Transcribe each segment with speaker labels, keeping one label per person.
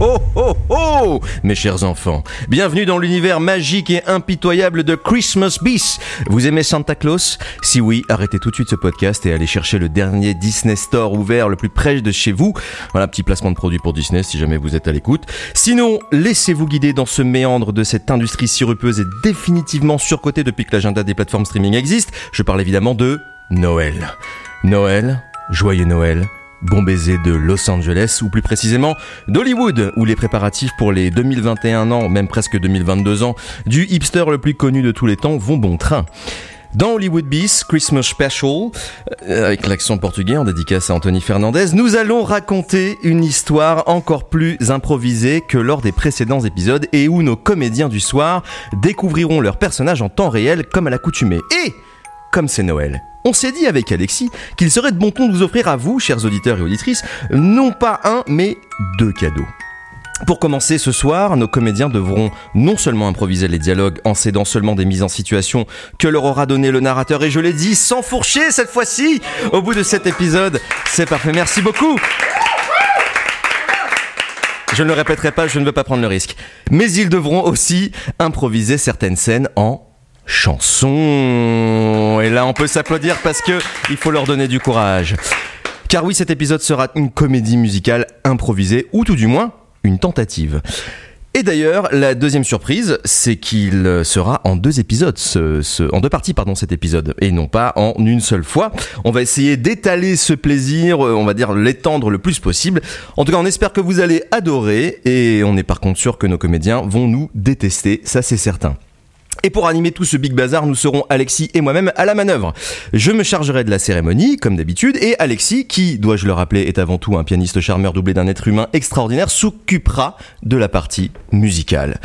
Speaker 1: oh, oh, oh Mes chers enfants, bienvenue dans l'univers magique et impitoyable de Christmas Beast. Vous aimez Santa Claus Si oui, arrêtez tout de suite ce podcast et allez chercher le dernier Disney Store ouvert le plus près de chez vous. Voilà, petit placement de produit pour Disney si jamais vous êtes à l'écoute. Sinon, laissez-vous guider dans ce méandre de cette industrie sirupeuse et définitivement surcotée depuis que l'agenda des plateformes streaming existe. Je parle évidemment de Noël. Noël, joyeux Noël. Bon baiser de Los Angeles, ou plus précisément d'Hollywood, où les préparatifs pour les 2021 ans, même presque 2022 ans, du hipster le plus connu de tous les temps vont bon train. Dans Hollywood Beast Christmas Special, euh, avec l'accent portugais en dédicace à Anthony Fernandez, nous allons raconter une histoire encore plus improvisée que lors des précédents épisodes et où nos comédiens du soir découvriront leurs personnages en temps réel comme à l'accoutumée. Et comme c'est Noël. On s'est dit avec Alexis qu'il serait de bon ton de vous offrir à vous, chers auditeurs et auditrices, non pas un, mais deux cadeaux. Pour commencer ce soir, nos comédiens devront non seulement improviser les dialogues en cédant seulement des mises en situation que leur aura donné le narrateur, et je l'ai dit, sans fourcher cette fois-ci, au bout de cet épisode. C'est parfait, merci beaucoup. Je ne le répéterai pas, je ne veux pas prendre le risque. Mais ils devront aussi improviser certaines scènes en chanson. Et là, on peut s'applaudir parce que il faut leur donner du courage. Car oui, cet épisode sera une comédie musicale improvisée, ou tout du moins, une tentative. Et d'ailleurs, la deuxième surprise, c'est qu'il sera en deux épisodes, ce- ce- en deux parties, pardon, cet épisode, et non pas en une seule fois. On va essayer d'étaler ce plaisir, euh, on va dire l'étendre le plus possible. En tout cas, on espère que vous allez adorer, et on est par contre sûr que nos comédiens vont nous détester, ça c'est certain. Et pour animer tout ce big bazar, nous serons Alexis et moi-même à la manœuvre. Je me chargerai de la cérémonie, comme d'habitude, et Alexis, qui, dois-je le rappeler, est avant tout un pianiste charmeur doublé d'un être humain extraordinaire, s'occupera de la partie musicale.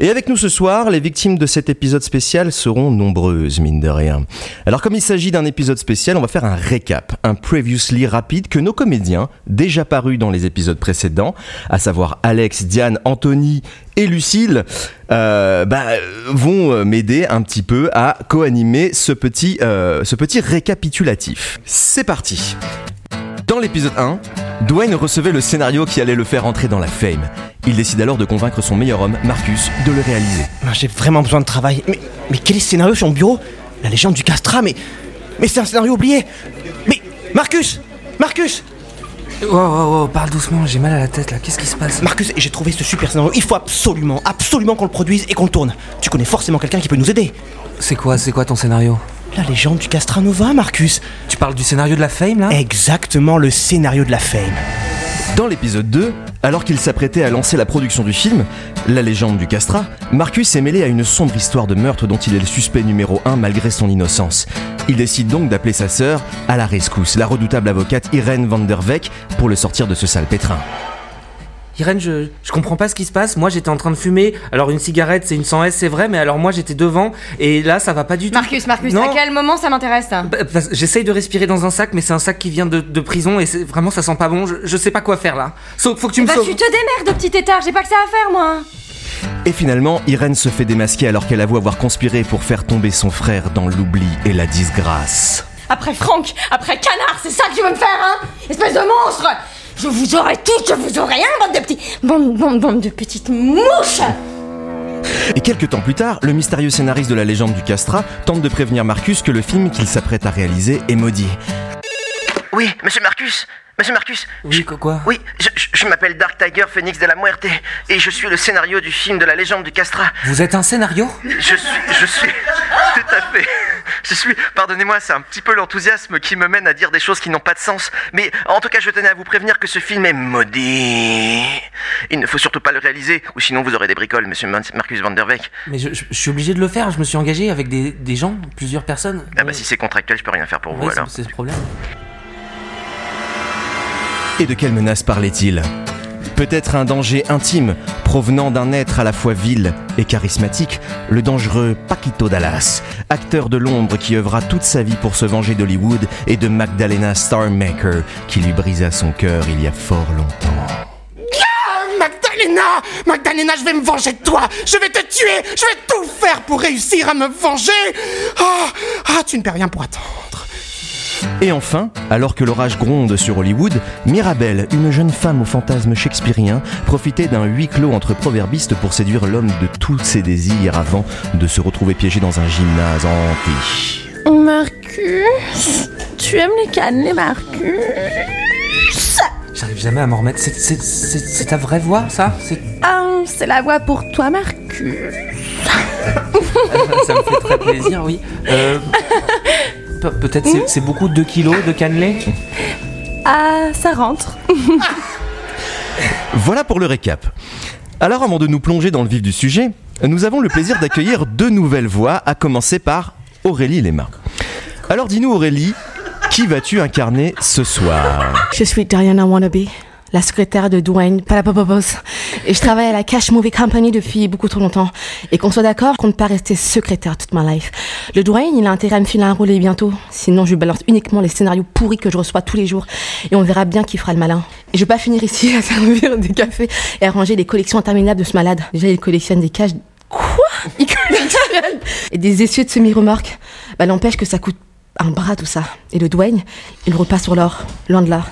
Speaker 1: Et avec nous ce soir, les victimes de cet épisode spécial seront nombreuses, mine de rien. Alors comme il s'agit d'un épisode spécial, on va faire un récap, un previously rapide que nos comédiens, déjà parus dans les épisodes précédents, à savoir Alex, Diane, Anthony et Lucille, euh, bah, vont euh, m'aider un petit peu à co-animer ce petit, euh, ce petit récapitulatif. C'est parti Dans l'épisode 1, Dwayne recevait le scénario qui allait le faire entrer dans la fame. Il décide alors de convaincre son meilleur homme, Marcus, de le réaliser.
Speaker 2: Ah, J'ai vraiment besoin de travail. Mais, mais quel est ce scénario sur mon bureau La légende du Castra, mais. Mais c'est un scénario oublié Mais. Marcus Marcus
Speaker 3: Oh, oh, oh, parle doucement, j'ai mal à la tête là, qu'est-ce qui se passe
Speaker 2: Marcus, j'ai trouvé ce super scénario. Il faut absolument, absolument qu'on le produise et qu'on le tourne. Tu connais forcément quelqu'un qui peut nous aider.
Speaker 3: C'est quoi, c'est quoi ton scénario
Speaker 2: La légende du Castra Nova, Marcus
Speaker 3: Tu parles du scénario de la fame là
Speaker 2: Exactement le scénario de la fame.
Speaker 1: Dans l'épisode 2, alors qu'il s'apprêtait à lancer la production du film, La légende du Castra, Marcus est mêlé à une sombre histoire de meurtre dont il est le suspect numéro 1 malgré son innocence. Il décide donc d'appeler sa sœur à la rescousse, la redoutable avocate Irène van der Veck, pour le sortir de ce sale pétrin.
Speaker 3: Irène, je, je comprends pas ce qui se passe, moi j'étais en train de fumer, alors une cigarette c'est une 100S, c'est vrai, mais alors moi j'étais devant, et là ça va pas du tout.
Speaker 4: Marcus, Marcus,
Speaker 3: Non.
Speaker 4: à quel moment ça m'intéresse ça
Speaker 3: Bah, parce que J'essaye de respirer dans un sac, mais c'est un sac qui vient de, de prison, et c'est- vraiment ça sent pas bon, je, je sais pas quoi faire là. Sauf, faut que tu me
Speaker 4: Bah
Speaker 3: sauves.
Speaker 4: tu te démerdes, petit étard, j'ai pas que ça à faire moi hein.
Speaker 1: Et finalement, Irène se fait démasquer alors qu'elle avoue avoir conspiré pour faire tomber son frère dans l'oubli et la disgrâce.
Speaker 4: Après Franck, après Canard, c'est ça que tu veux me faire, hein Espèce de monstre Je vous aurai toutes, je vous aurai un, bande de petits... Bande, bande, bande de petites mouches
Speaker 1: Et quelques temps plus tard, le mystérieux scénariste de la légende du Castra tente de prévenir Marcus que le film qu'il s'apprête à réaliser est maudit.
Speaker 5: Oui, monsieur Marcus. Monsieur Marcus.
Speaker 3: Oui, quoi, quoi
Speaker 5: Oui, je, je- je m'appelle Dark Tiger Phoenix de la Muerte et je suis le scénario du film de la légende du Castra.
Speaker 3: Vous êtes un scénario
Speaker 5: Je suis. Je suis. Tout à fait. Je suis. Pardonnez-moi, c'est un petit peu l'enthousiasme qui me mène à dire des choses qui n'ont pas de sens. Mais en tout cas, je tenais à vous prévenir que ce film est maudit. Il ne faut surtout pas le réaliser, ou sinon vous aurez des bricoles, monsieur Man- Marcus Van Der Veck.
Speaker 3: Mais je, je- je suis obligé de le faire, je me suis engagé avec des, des gens, plusieurs personnes.
Speaker 5: Ah bah si c'est contractuel, je peux rien faire pour vous
Speaker 3: Ouais,
Speaker 5: alors.
Speaker 3: c'est- c'est le problème.
Speaker 1: Et de quelle menace parlait-il Peut-être un danger intime provenant d'un être à la fois vil et charismatique, le dangereux Paquito Dallas, acteur de l'ombre qui œuvra toute sa vie pour se venger d'Hollywood et de Magdalena Starmaker qui lui brisa son cœur il y a fort longtemps.
Speaker 6: Magdalena Magdalena, je vais me venger de toi Je vais te tuer Je vais tout faire pour réussir à me venger Ah, ah tu ne perds rien pour attendre
Speaker 1: Et enfin, alors que l'orage gronde sur Hollywood, Mirabelle, une jeune femme au fantasme shakespearien, profitait d'un huis clos entre proverbistes pour séduire l'homme de tous ses désirs avant de se retrouver piégée dans un gymnase hanté.
Speaker 7: Marcus, tu aimes les cannes, les Marcus
Speaker 3: J'arrive jamais à m'en remettre. C'est- c'est- C'est c'est ta vraie voix, ça C'est-
Speaker 7: Ah, c'est la voix pour toi, Marcus.
Speaker 3: Ah, Ça me fait très plaisir, oui. Euh, pe- Peut-être
Speaker 4: Hmm?
Speaker 3: c'est- c'est beaucoup 2 kilos de cannelé
Speaker 7: Ah, ça rentre.
Speaker 1: Voilà pour le récap. Alors avant de nous plonger dans le vif du sujet, nous avons le plaisir d'accueillir deux nouvelles voix, à commencer par Aurélie Lema. Alors dis-nous Aurélie, qui vas-tu incarner ce soir
Speaker 8: Je suis Diana Wannabe, la secrétaire de Dwayne Palapopopos. Et je travaille à la Cash Movie Company depuis beaucoup trop longtemps. Et qu'on soit d'accord, qu'on ne peut pas rester secrétaire toute ma life. Le Dwayne, il a intérêt à me filer un relais bientôt. Sinon, je lui balance uniquement les scénarios pourris que je reçois tous les jours. Et on verra bien qui fera le malin. Et je vais pas finir ici à servir des cafés et à ranger les collections interminables de ce malade. Déjà, il collectionne des caches. Quoi Il collectionne Et des essais de semi-remorque. Bah, n'empêche que ça coûte un bras tout ça. Et le douane, il repasse sur l'or, loin de là.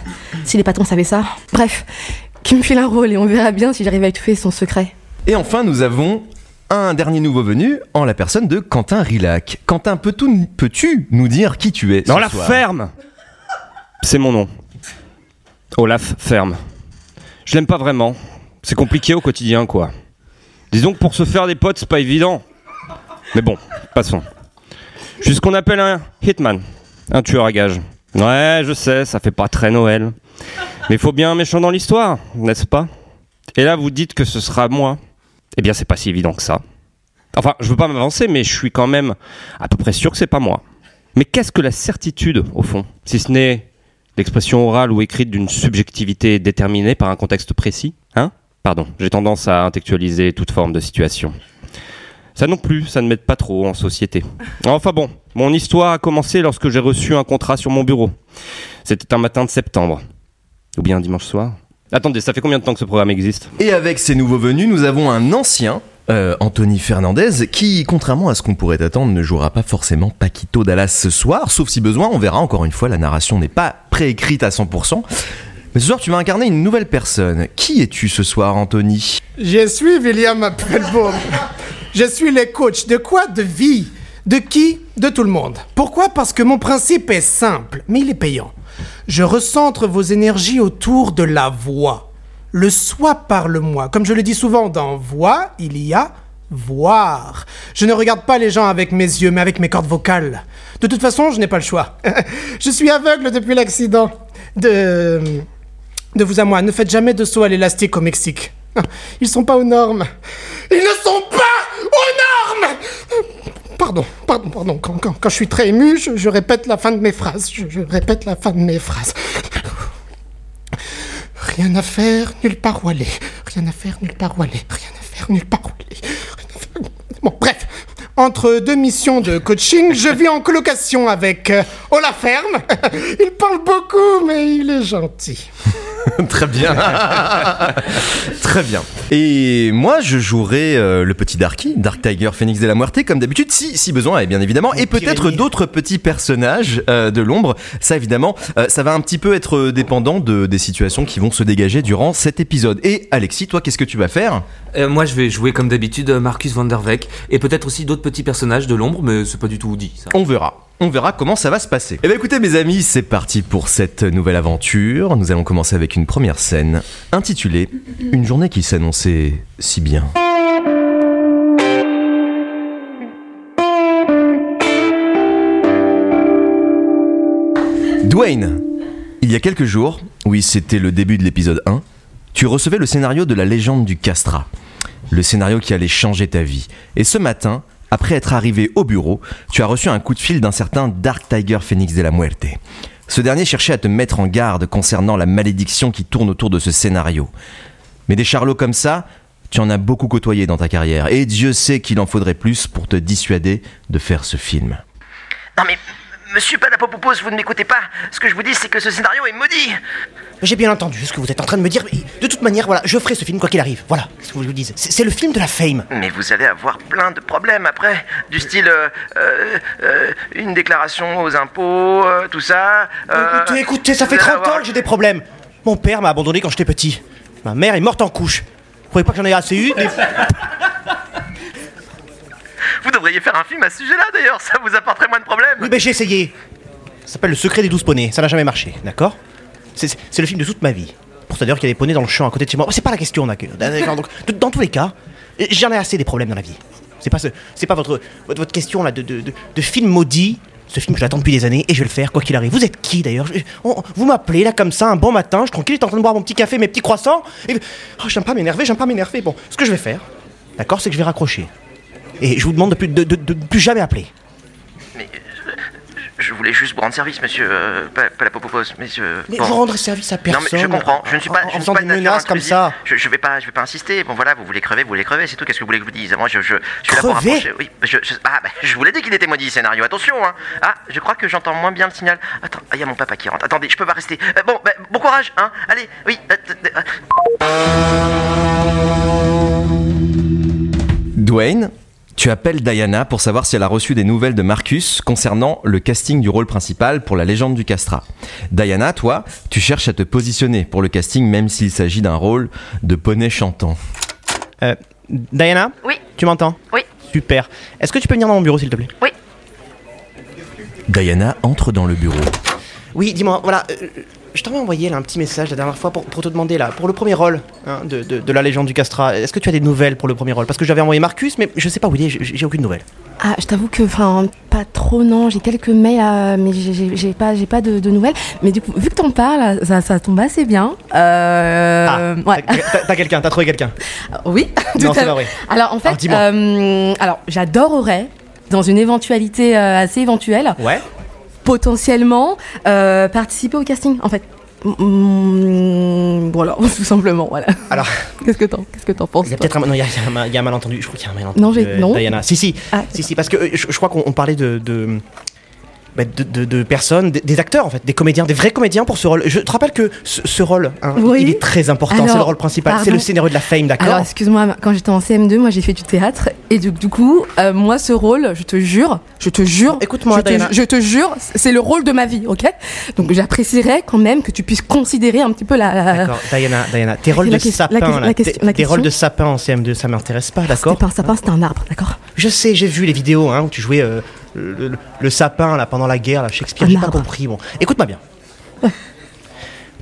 Speaker 8: Si les patrons savaient ça. Bref, qui me file un rôle et on verra bien si j'arrive à étouffer son secret.
Speaker 1: Et enfin nous avons un dernier nouveau venu en la personne de Quentin Rilac. Quentin, peux-tu peux-tu nous dire qui tu es ce
Speaker 9: Dans la
Speaker 1: soir
Speaker 9: ferme C'est mon nom. Olaf Ferme. Je l'aime pas vraiment. C'est compliqué au quotidien, quoi. Disons que pour se faire des potes, c'est pas évident. Mais bon, passons. Je suis ce qu'on appelle un hitman, un tueur à gages. Ouais, je sais, ça fait pas très Noël. Mais faut bien un méchant dans l'histoire, n'est-ce pas Et là, vous dites que ce sera moi. Eh bien, c'est pas si évident que ça. Enfin, je veux pas m'avancer, mais je suis quand même à peu près sûr que c'est pas moi. Mais qu'est-ce que la certitude, au fond, si ce n'est l'expression orale ou écrite d'une subjectivité déterminée par un contexte précis Hein Pardon, j'ai tendance à intellectualiser toute forme de situation. Ça non plus, ça ne m'aide pas trop en société. Enfin bon, mon histoire a commencé lorsque j'ai reçu un contrat sur mon bureau. C'était un matin de septembre. Ou bien un dimanche soir. Attendez, ça fait combien de temps que ce programme existe
Speaker 1: Et avec ces nouveaux venus, nous avons un ancien, euh, Anthony Fernandez, qui, contrairement à ce qu'on pourrait attendre, ne jouera pas forcément Paquito Dallas ce soir, sauf si besoin, on verra encore une fois, la narration n'est pas préécrite à 100%. Mais ce soir, tu vas incarner une nouvelle personne. Qui es-tu ce soir, Anthony
Speaker 6: Je suis William Appelbaum. Je suis le coach de quoi De vie. De qui De tout le monde. Pourquoi Parce que mon principe est simple, mais il est payant. Je recentre vos énergies autour de la voix. Le soi parle-moi. Comme je le dis souvent, dans voix, il y a voir. Je ne regarde pas les gens avec mes yeux, mais avec mes cordes vocales. De toute façon, je n'ai pas le choix. je suis aveugle depuis l'accident. De... De vous à moi, ne faites jamais de saut à l'élastique au Mexique. Ils sont pas aux normes. Ils ne sont pas aux normes Pardon, pardon, pardon. Quand, quand- quand je suis très ému, je, je répète la fin de mes phrases. Je, je répète la fin de mes phrases. Rien à faire, nulle part où aller. Rien à faire, nulle part où aller. Rien à faire, nulle part où aller. Rien à faire- Bon, bref. Entre deux missions de coaching, je vis en colocation avec euh, Ola Ferme. Il parle beaucoup, mais il est gentil.
Speaker 1: Très bien. Très bien. Et moi, je jouerai euh, le petit Darky, Dark Tiger, Phoenix de la Muerte, comme d'habitude, si, si besoin, et bien évidemment. Et peut-être d'autres petits personnages euh, de l'ombre. Ça, évidemment, euh, ça va un petit peu être euh, dépendant de, des situations qui vont se dégager durant cet épisode. Et Alexis, toi, qu'est-ce que tu vas faire
Speaker 3: Euh, moi, je vais jouer comme d'habitude euh, Marcus Van Der Weck et peut-être aussi d'autres petits personnages de l'ombre, mais c'est pas du tout dit. Ça.
Speaker 1: On verra. On verra comment ça va se passer. Eh bien écoutez mes amis, c'est parti pour cette nouvelle aventure. Nous allons commencer avec une première scène intitulée Une journée qui s'annonçait si bien. Dwayne, il y a quelques jours, oui c'était le début de l'épisode 1, tu recevais le scénario de la légende du Castra. Le scénario qui allait changer ta vie. Et ce matin, après être arrivé au bureau, tu as reçu un coup de fil d'un certain Dark Tiger Phoenix de la Muerte. Ce dernier cherchait à te mettre en garde concernant la malédiction qui tourne autour de ce scénario. Mais des charlots comme ça, tu en as beaucoup côtoyé dans ta carrière. Et Dieu sait qu'il en faudrait plus pour te dissuader de faire ce film.
Speaker 5: Non mais, monsieur Palapopopos, vous ne m'écoutez pas. Ce que je vous dis, c'est que ce scénario est maudit.
Speaker 2: J'ai bien entendu ce que vous êtes en train de me dire. mais De toute manière, voilà, je ferai ce film quoi qu'il arrive. Voilà, ce que je vous dise. C'est c'est le film de la fame.
Speaker 5: Mais vous allez avoir plein de problèmes après, du style euh, euh, euh, une déclaration aux impôts, euh, tout ça. euh,
Speaker 2: Écoutez, écoutez, ça fait
Speaker 5: vous allez
Speaker 2: 30 ans
Speaker 5: avoir-
Speaker 2: que j'ai des problèmes. Mon père m'a abandonné quand j'étais petit. Ma mère est morte en couche. Vous croyez pas que j'en ai assez eu des-
Speaker 5: Vous devriez faire un film à ce sujet-là d'ailleurs, ça vous apporterait moins de problèmes.
Speaker 2: Oui, ben j'ai essayé. Ça s'appelle Le secret des douze poneys. Ça n'a jamais marché, d'accord C'est c'est- c'est le film de toute ma vie. Pour ça d'ailleurs qu'il y a des poneys dans le champ à côté de chez moi. Oh, c'est pas la question, d'accord. d'accord, donc, de- dans tous les cas, euh, j'en ai assez des problèmes dans la vie. C'est pas, ce- c'est pas votre, votre, votre question là de, de, de- de film maudit. Ce film, je l'attends depuis des années et je vais le faire quoi qu'il arrive. Vous êtes qui d'ailleurs Je- on- Vous m'appelez là comme ça un bon matin, je suis tranquille, j'étais en train de boire mon petit café, mes petits croissants. Et oh, j'aime pas m'énerver, j'aime pas m'énerver. Bon, ce que je vais faire, d'accord, c'est que je vais raccrocher. Et je vous demande de plus, de- de- de plus jamais appeler.
Speaker 5: Je voulais juste vous rendre service, monsieur, euh, pas, pas la popopose, monsieur.
Speaker 2: Mais
Speaker 5: bon.
Speaker 2: vous rendrez service à personne.
Speaker 5: Non mais je comprends, je ne suis pas, je
Speaker 2: en- en
Speaker 5: ne suis
Speaker 2: faisant
Speaker 5: pas
Speaker 2: des
Speaker 5: de nature
Speaker 2: menaces comme
Speaker 5: intrusive.
Speaker 2: ça.
Speaker 5: Je, je vais pas, je vais pas insister. Bon voilà, vous voulez crever, vous voulez crever, c'est tout. Qu'est-ce que vous voulez que je vous dise Moi, je, je, je suis là pour
Speaker 2: Crever
Speaker 5: rapprocher- Oui, je, je, ah, bah, je vous l'ai dit qu'il était maudit, scénario. Attention, hein. Ah, je crois que j'entends moins bien le signal. Attends, ah, il y a mon papa qui rentre. Attendez, je peux pas rester. Euh, bon, bah, bon courage, hein. Allez, oui. euh, t- t- euh,
Speaker 1: Dwayne, tu appelles Diana pour savoir si elle a reçu des nouvelles de Marcus concernant le casting du rôle principal pour La légende du castrat. Diana, toi, tu cherches à te positionner pour le casting même s'il s'agit d'un rôle de poney chantant.
Speaker 2: Euh, Diana
Speaker 4: Oui.
Speaker 2: Tu m'entends
Speaker 4: Oui.
Speaker 2: Super. Est-ce que tu peux venir dans mon bureau, s'il te plaît
Speaker 1: Diana entre dans le bureau.
Speaker 2: Oui, dis-moi, voilà. euh, je t'avais envoyé là, un petit message la dernière fois pour, pour te demander, là, pour le premier rôle hein, de, de- de La légende du Castrat, est-ce que tu as des nouvelles pour le premier rôle Parce que j'avais envoyé Marcus, mais je sais pas où il est, j'ai- j'ai aucune nouvelle.
Speaker 8: Ah, je t'avoue que, enfin, pas trop, non. J'ai quelques mails, euh, mais j'ai- j'ai j'ai pas, j'ai pas de, de nouvelles. Mais du coup, vu que t'en parles, ça, ça tombe assez bien. Euh,
Speaker 2: ah,
Speaker 8: ouais.
Speaker 2: t'as- t'as t'as quelqu'un, t'as trouvé quelqu'un.
Speaker 8: Oui. tout
Speaker 2: Non,
Speaker 8: à
Speaker 2: c'est
Speaker 8: fait.
Speaker 2: pas vrai.
Speaker 8: Alors en
Speaker 2: Alors,
Speaker 8: fait,
Speaker 2: dis-moi.
Speaker 8: euh, alors j'adorerais dans une éventualité euh, assez éventuelle,
Speaker 2: Ouais
Speaker 8: potentiellement euh, participer au casting. En fait, Mm, voilà, tout simplement, voilà.
Speaker 2: Alors,
Speaker 8: Qu'est-ce que t'en, qu'est-ce que t'en penses
Speaker 2: il y a
Speaker 8: toi
Speaker 2: peut-être un, non, il y a- il y a un mal- il y a un malentendu, je crois qu'il y a un malentendu.
Speaker 8: Non, j'ai-
Speaker 2: euh,
Speaker 8: non.
Speaker 2: Diana, si, si.
Speaker 8: Ah,
Speaker 2: Si, si, parce que euh, je, je crois qu'on on parlait de. de... bah, De, de- de personnes, des, des acteurs en fait, des comédiens, des vrais comédiens pour ce rôle. Je te rappelle que ce, ce rôle, hein,
Speaker 8: Oui.
Speaker 2: il est très important, c'est
Speaker 8: Alors,
Speaker 2: le rôle principal, c'est le
Speaker 8: pardon.
Speaker 2: scénario de la fame,
Speaker 8: Alors,
Speaker 2: d'accord
Speaker 8: excuse-moi, quand j'étais en CM2, moi j'ai fait du théâtre et du, du coup, euh, moi ce rôle, je te jure, je te jure,
Speaker 2: Écoute-moi,
Speaker 8: je,
Speaker 2: Diana.
Speaker 8: te, je te jure, c'est le rôle de ma vie, ok Donc j'apprécierais quand même que tu puisses considérer un petit peu la. la-
Speaker 2: D'accord, Diana, Diana, tes rôles de
Speaker 8: Ah, la question- la
Speaker 2: sapin,
Speaker 8: question-
Speaker 2: là,
Speaker 8: la question-
Speaker 2: tes-
Speaker 8: la
Speaker 2: tes rôles
Speaker 8: question. Ah,
Speaker 2: de sapin en CM2, ça m'intéresse pas,
Speaker 8: C'était
Speaker 2: d'accord Hein
Speaker 8: pas un sapin, c'était un arbre, d'accord
Speaker 2: Je sais, j'ai vu les vidéos hein, où tu jouais euh, le, le- le sapin là, pendant la guerre, là, Shakespeare,
Speaker 8: Un
Speaker 2: j'ai pas
Speaker 8: arbre.
Speaker 2: compris. Bon, écoute-moi bien.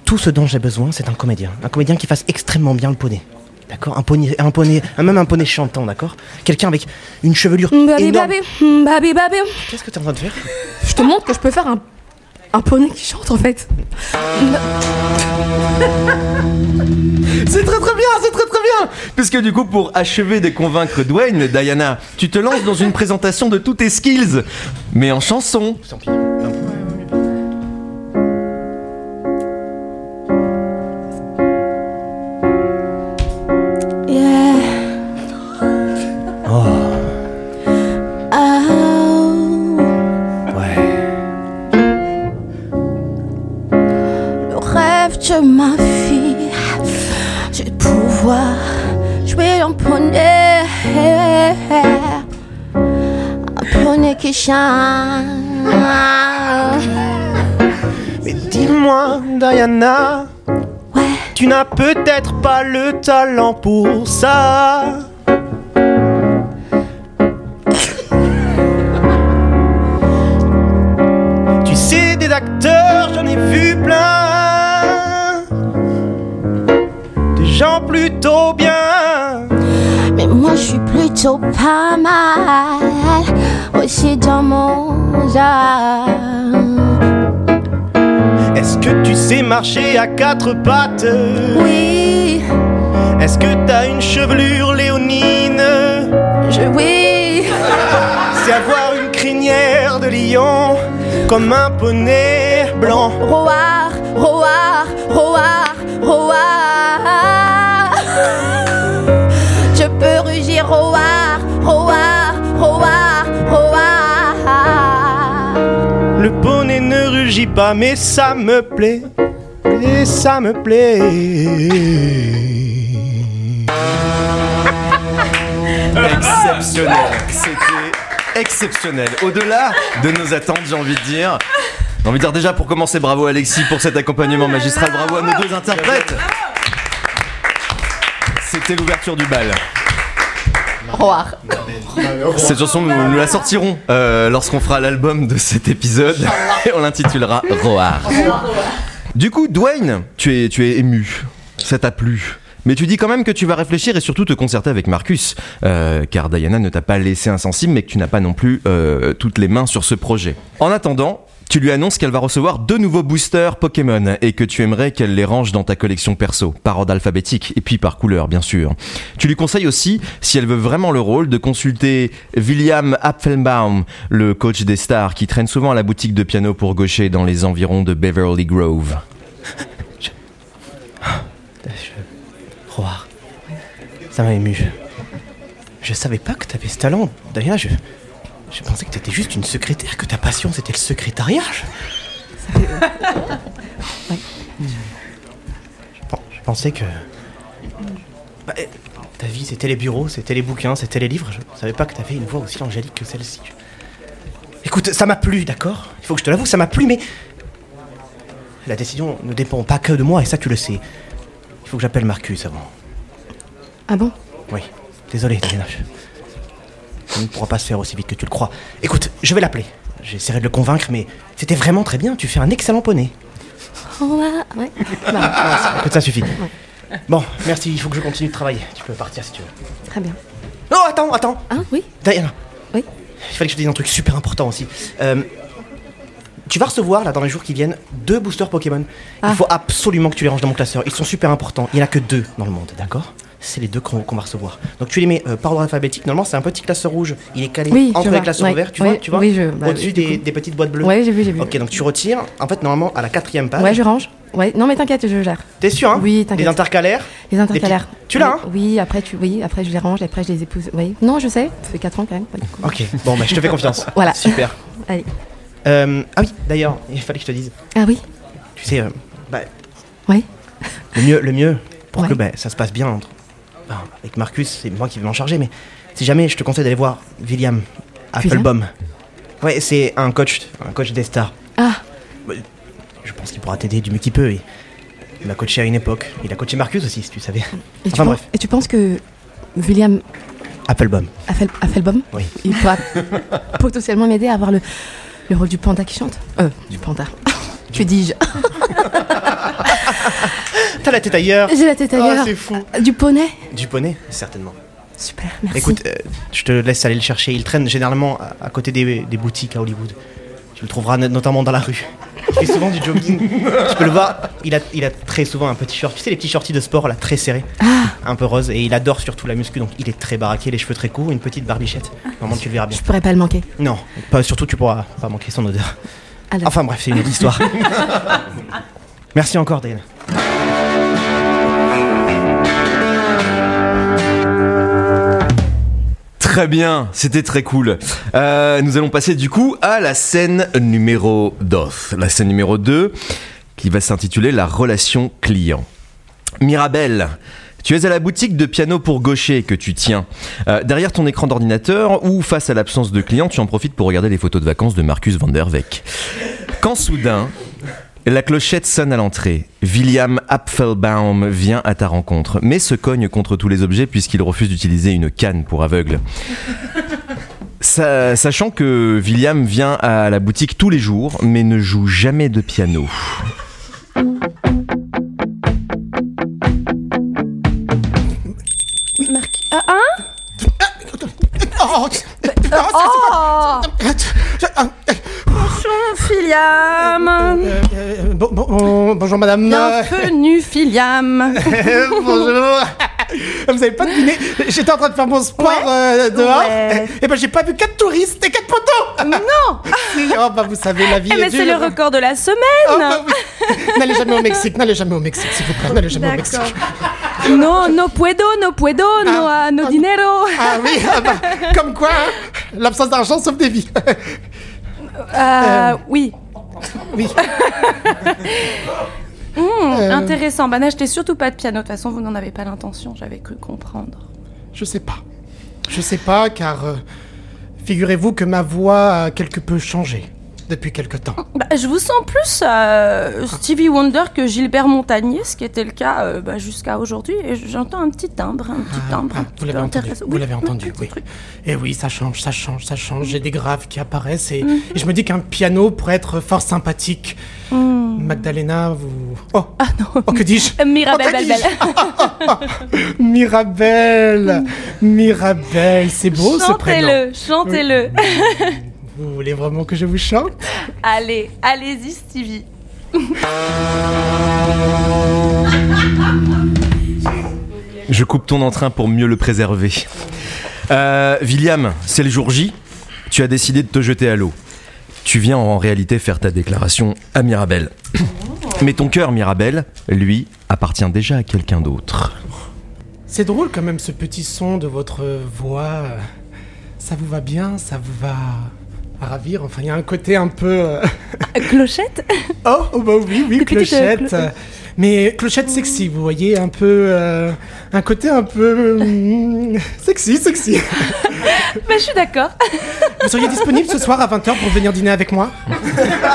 Speaker 2: Tout ce dont j'ai besoin, c'est un comédien. Un comédien qui fasse extrêmement bien le poney. D'accord un poney, un poney, un- même un poney chantant, d'accord Quelqu'un avec une chevelure
Speaker 8: Babi
Speaker 2: énorme.
Speaker 8: babi, mm, babi babi.
Speaker 2: Qu'est-ce que t'es en train de faire
Speaker 8: Je te montre que je peux faire un, un poney qui chante en fait.
Speaker 1: C'est très très bien, c'est très très bien Puisque du coup, pour achever de convaincre Dwayne, Diana, tu te lances dans une présentation de tous tes skills, mais en chanson.
Speaker 2: Tant pis. Non.
Speaker 7: Yeah. Oh.
Speaker 2: Ouais.
Speaker 7: Le rêve de ma vie, c'est de pouvoir jouer un poney. Un poney qui chante.
Speaker 2: Mais dis-moi, Diana, tu n'as peut-être pas le talent pour ça. tu sais, des acteurs, j'en ai vu plein. Des gens plutôt bien.
Speaker 7: Mais moi je suis plutôt pas mal aussi dans mon genre.
Speaker 2: Est-ce que tu sais marcher à quatre pattes
Speaker 7: Oui,
Speaker 2: Est-ce que t'as une chevelure léonine
Speaker 7: je oui,
Speaker 2: C'est avoir une crinière de lion comme un poney blanc.
Speaker 7: roar, roar, roar, roar. Je peux rugir roar, roar, roar, roar.
Speaker 2: Le poney ne rugit pas, mais ça me plaît. et ça me plaît.
Speaker 1: Exceptionnel. C'était exceptionnel. Au-delà de nos attentes, j'ai envie de dire. J'ai envie de dire déjà pour commencer, bravo Alexis pour cet accompagnement magistral. Bravo à nos deux interprètes. C'était l'ouverture du bal.
Speaker 7: Roar.
Speaker 1: Cette chanson, nous, nous la sortirons euh, lorsqu'on fera l'album de cet épisode et on l'intitulera Roar. Du coup, Dwayne, tu es, tu es ému, ça t'a plu. Mais tu dis quand même que tu vas réfléchir et surtout te concerter avec Marcus, euh, car Diana ne t'a pas laissé insensible, mais que tu n'as pas non plus euh, toutes les mains sur ce projet. En attendant, tu lui annonces qu'elle va recevoir deux nouveaux boosters Pokémon et que tu aimerais qu'elle les range dans ta collection perso, par ordre alphabétique et puis par couleur, bien sûr. Tu lui conseilles aussi, si elle veut vraiment le rôle, de consulter William Apfelbaum, le coach des stars qui traîne souvent à la boutique de piano pour gaucher dans les environs de Beverly Grove.
Speaker 2: Roar, ça m'a ému. Je savais pas que t'avais ce talent. Diana, je. Je pensais que t'étais juste une secrétaire, que ta passion c'était le secrétariat. Je- Je pen- je pensais que. Bah, eh, ta vie c'était les bureaux, c'était les bouquins, c'était les livres. Je savais pas que t'avais une voix aussi angélique que celle-ci. Écoute, ça m'a plu, d'accord Il faut que je te l'avoue, ça m'a plu, mais. La décision ne dépend pas que de moi, et ça tu le sais. Il faut que j'appelle Marcus avant.
Speaker 8: Ah bon
Speaker 2: Oui, désolé, Diana. je- On ne pourra pas se faire aussi vite que tu le crois. Écoute, je vais l'appeler. J'essaierai de le convaincre, mais c'était vraiment très bien. Tu fais un excellent poney.
Speaker 7: Roar. Ouais. Bah,
Speaker 2: Écoute, ça suffit. Bon, merci, il faut que je continue de travailler. Tu peux partir si tu veux.
Speaker 7: très bien.
Speaker 2: Non, attends, attends.
Speaker 8: Ah,
Speaker 7: Hein, oui
Speaker 2: Diana.
Speaker 7: Oui
Speaker 2: Il fallait que je te dise un truc super important aussi. Euh, tu vas recevoir, là, dans les jours qui viennent, deux boosters Pokémon.
Speaker 8: Ah.
Speaker 2: Il faut absolument que tu les ranges dans mon classeur. Ils sont super importants. Il n'y en a que deux dans le monde, d'accord C'est les deux qu'on qu'on va recevoir. Donc tu les mets euh, par ordre alphabétique. Normalement, c'est un petit classeur rouge. Il est calé
Speaker 8: Oui, je
Speaker 2: entre les
Speaker 8: vois.
Speaker 2: classeurs
Speaker 8: Ouais,
Speaker 2: verts, tu
Speaker 8: ouais,
Speaker 2: vois, tu vois
Speaker 8: oui, je- bah,
Speaker 2: Au-dessus
Speaker 8: du
Speaker 2: des,
Speaker 8: coup.
Speaker 2: des petites boîtes bleues.
Speaker 8: Ouais, j'ai vu, j'ai vu.
Speaker 2: Ok, donc tu retires. En fait, normalement, à la quatrième page.
Speaker 8: Ouais, je range. Ouais, non mais t'inquiète, je gère.
Speaker 2: T'es sûr, hein
Speaker 8: Oui,
Speaker 2: Les
Speaker 8: t'inquiète.
Speaker 2: intercalaires
Speaker 8: Les intercalaires.
Speaker 2: des petits- Tu l'as, hein
Speaker 8: Oui, après tu, oui, après je les range, après je les épouse. Oui. Non, je sais. Ça fait 4 ans quand même. Ouais, cool.
Speaker 2: Ok, bon, bah, je te fais confiance.
Speaker 8: Voilà.
Speaker 2: Super.
Speaker 8: Allez.
Speaker 2: Euh, ah oui, d'ailleurs, il fallait que je te dise.
Speaker 8: Ah oui.
Speaker 2: Tu sais, euh, bah,
Speaker 8: Oui.
Speaker 2: Le mieux, le mieux pour
Speaker 8: Ouais.
Speaker 2: que ben, ça se passe bien entre. ben, avec Marcus, c'est moi qui vais m'en charger, mais si jamais je te conseille d'aller voir William Applebaum. Ouais, c'est un coach, un coach des stars.
Speaker 8: Ah.
Speaker 2: Ouais, Je pense qu'il pourra t'aider du mieux qu'il peut. Il il m'a coaché à une époque. Il a coaché Marcus aussi, si tu savais.
Speaker 8: Et, tu
Speaker 2: Enfin
Speaker 8: penses-
Speaker 2: bref,
Speaker 8: et tu penses que William
Speaker 2: Applebaum.
Speaker 8: Affel- Affelbaum,
Speaker 2: Oui.
Speaker 8: il pourra potentiellement m'aider à avoir le, le rôle du panda qui chante Euh, du panda. que dis-je
Speaker 2: T'as la tête ailleurs. Ah,
Speaker 8: J'ai la tête ailleurs. Euh,
Speaker 2: c'est fou.
Speaker 8: Du poney
Speaker 2: Du poney, certainement.
Speaker 8: Super, merci.
Speaker 2: Écoute, euh, je te laisse aller le chercher. Il traîne généralement à, à côté des, des boutiques à Hollywood. Tu le trouveras no- notamment dans la rue. Il fait souvent du jogging. tu peux le voir. Il a, il a très souvent un petit short. Tu sais, les petits shorties de sport, là, très serrés.
Speaker 8: Ah.
Speaker 2: Un peu rose. Et il adore surtout la muscu. Donc, il est très baraqué, les cheveux très courts, une petite barbichette. Normalement, tu le verras bien.
Speaker 8: je pourrais pas le manquer.
Speaker 2: Non, pas, surtout, tu pourras pas manquer son odeur.
Speaker 8: Alors.
Speaker 2: Enfin, bref, c'est une autre histoire. Merci encore, Diana.
Speaker 1: Très bien, c'était très cool. Euh, nous allons passer du coup à la scène numéro d'off. La scène numéro 2 qui va s'intituler La relation client. Mirabelle, tu es à la boutique de piano pour gaucher que tu tiens. Euh, derrière ton écran d'ordinateur ou face à l'absence de clients, tu en profites pour regarder les photos de vacances de Marcus van der Weck. Quand soudain, la clochette sonne à l'entrée. William Apfelbaum vient à ta rencontre, mais se cogne contre tous les objets puisqu'il refuse d'utiliser une canne pour aveugle. Sa- sachant que William vient à la boutique tous les jours, mais ne joue jamais de piano.
Speaker 6: Oh,
Speaker 4: Oh Filiam
Speaker 6: euh, euh, bon- bon- bon- bonjour madame.
Speaker 4: Bienvenue, Filiam
Speaker 6: Euh, bonjour. Vous avez pas deviné, j'étais en train de faire mon sport euh, dehors.
Speaker 4: Ouais.
Speaker 6: Et ben j'ai pas vu quatre touristes et quatre poteaux.
Speaker 4: Non
Speaker 6: Si, oh bah vous savez la vie
Speaker 4: Eh,
Speaker 6: est
Speaker 4: Mais
Speaker 6: dure.
Speaker 4: c'est le record de la
Speaker 6: Oh, bah
Speaker 4: semaine
Speaker 6: oui. N'allez jamais au Mexique, n'allez jamais au Mexique s'il vous plaît, n'allez jamais au Mexique.
Speaker 4: Non, no puedo, no puedo, no, ah, no dinero
Speaker 6: Ah oui, ah bah, comme quoi hein, l'absence d'argent sauve des vies. Euh.
Speaker 4: Euh, oui.
Speaker 6: Oui. Euh,
Speaker 10: Hmm, Intéressant. Bah, n'achetez surtout pas de piano. De toute façon, vous n'en avez pas l'intention. J'avais cru comprendre.
Speaker 6: Je sais pas. Je sais pas, car euh, figurez-vous que ma voix a quelque peu changé depuis quelque temps.
Speaker 10: Bah, je vous sens plus euh, Stevie Wonder que Gilbert Montagnier, ce qui était le cas euh, bah, jusqu'à aujourd'hui. Et j'entends un petit timbre, un petit timbre. un
Speaker 6: Ah,
Speaker 10: petit
Speaker 6: vous l'avez
Speaker 10: peu
Speaker 6: entendu,
Speaker 10: intéressant.
Speaker 6: vous
Speaker 10: Oui, Mm-hmm.
Speaker 6: l'avez entendu, oui. Et oui, ça change, ça change, ça change. J'ai des graves qui apparaissent et,
Speaker 10: Mhm.
Speaker 6: et je me dis qu'un piano pourrait être fort sympathique.
Speaker 10: Hmm.
Speaker 6: Magdalena, vous. Oh Ah
Speaker 10: non
Speaker 6: Oh, que dis-je
Speaker 10: Euh, Mirabelle,
Speaker 6: Oh, que
Speaker 10: belle,
Speaker 6: dis-je
Speaker 10: belle.
Speaker 6: Mirabelle Mirabelle, c'est beau ce prénom.
Speaker 10: Mm. Chantez-le, chantez-le.
Speaker 6: Vous voulez vraiment que je vous chante
Speaker 10: Allez, allez-y, Stevie.
Speaker 1: Je coupe ton entrain pour mieux le préserver. Euh, William, c'est le jour J. Tu as décidé de te jeter à l'eau. Tu viens en réalité faire ta déclaration à Mirabel. Mais ton cœur, Mirabel, lui, appartient déjà à quelqu'un d'autre.
Speaker 6: C'est drôle quand même ce petit son de votre voix. Ça vous va bien, ça vous va à ravir. Enfin, il y a un côté un peu. euh,
Speaker 10: Clochette
Speaker 6: Oh, oh, bah oui, oui,
Speaker 10: Clochette,
Speaker 6: clochette.
Speaker 10: clo-
Speaker 6: Mais clochette sexy, vous voyez, un peu. euh, un côté un peu. mm, sexy, sexy.
Speaker 10: Bah, je suis d'accord.
Speaker 6: Vous seriez disponible ce soir à 20h pour venir dîner avec moi
Speaker 10: Ah,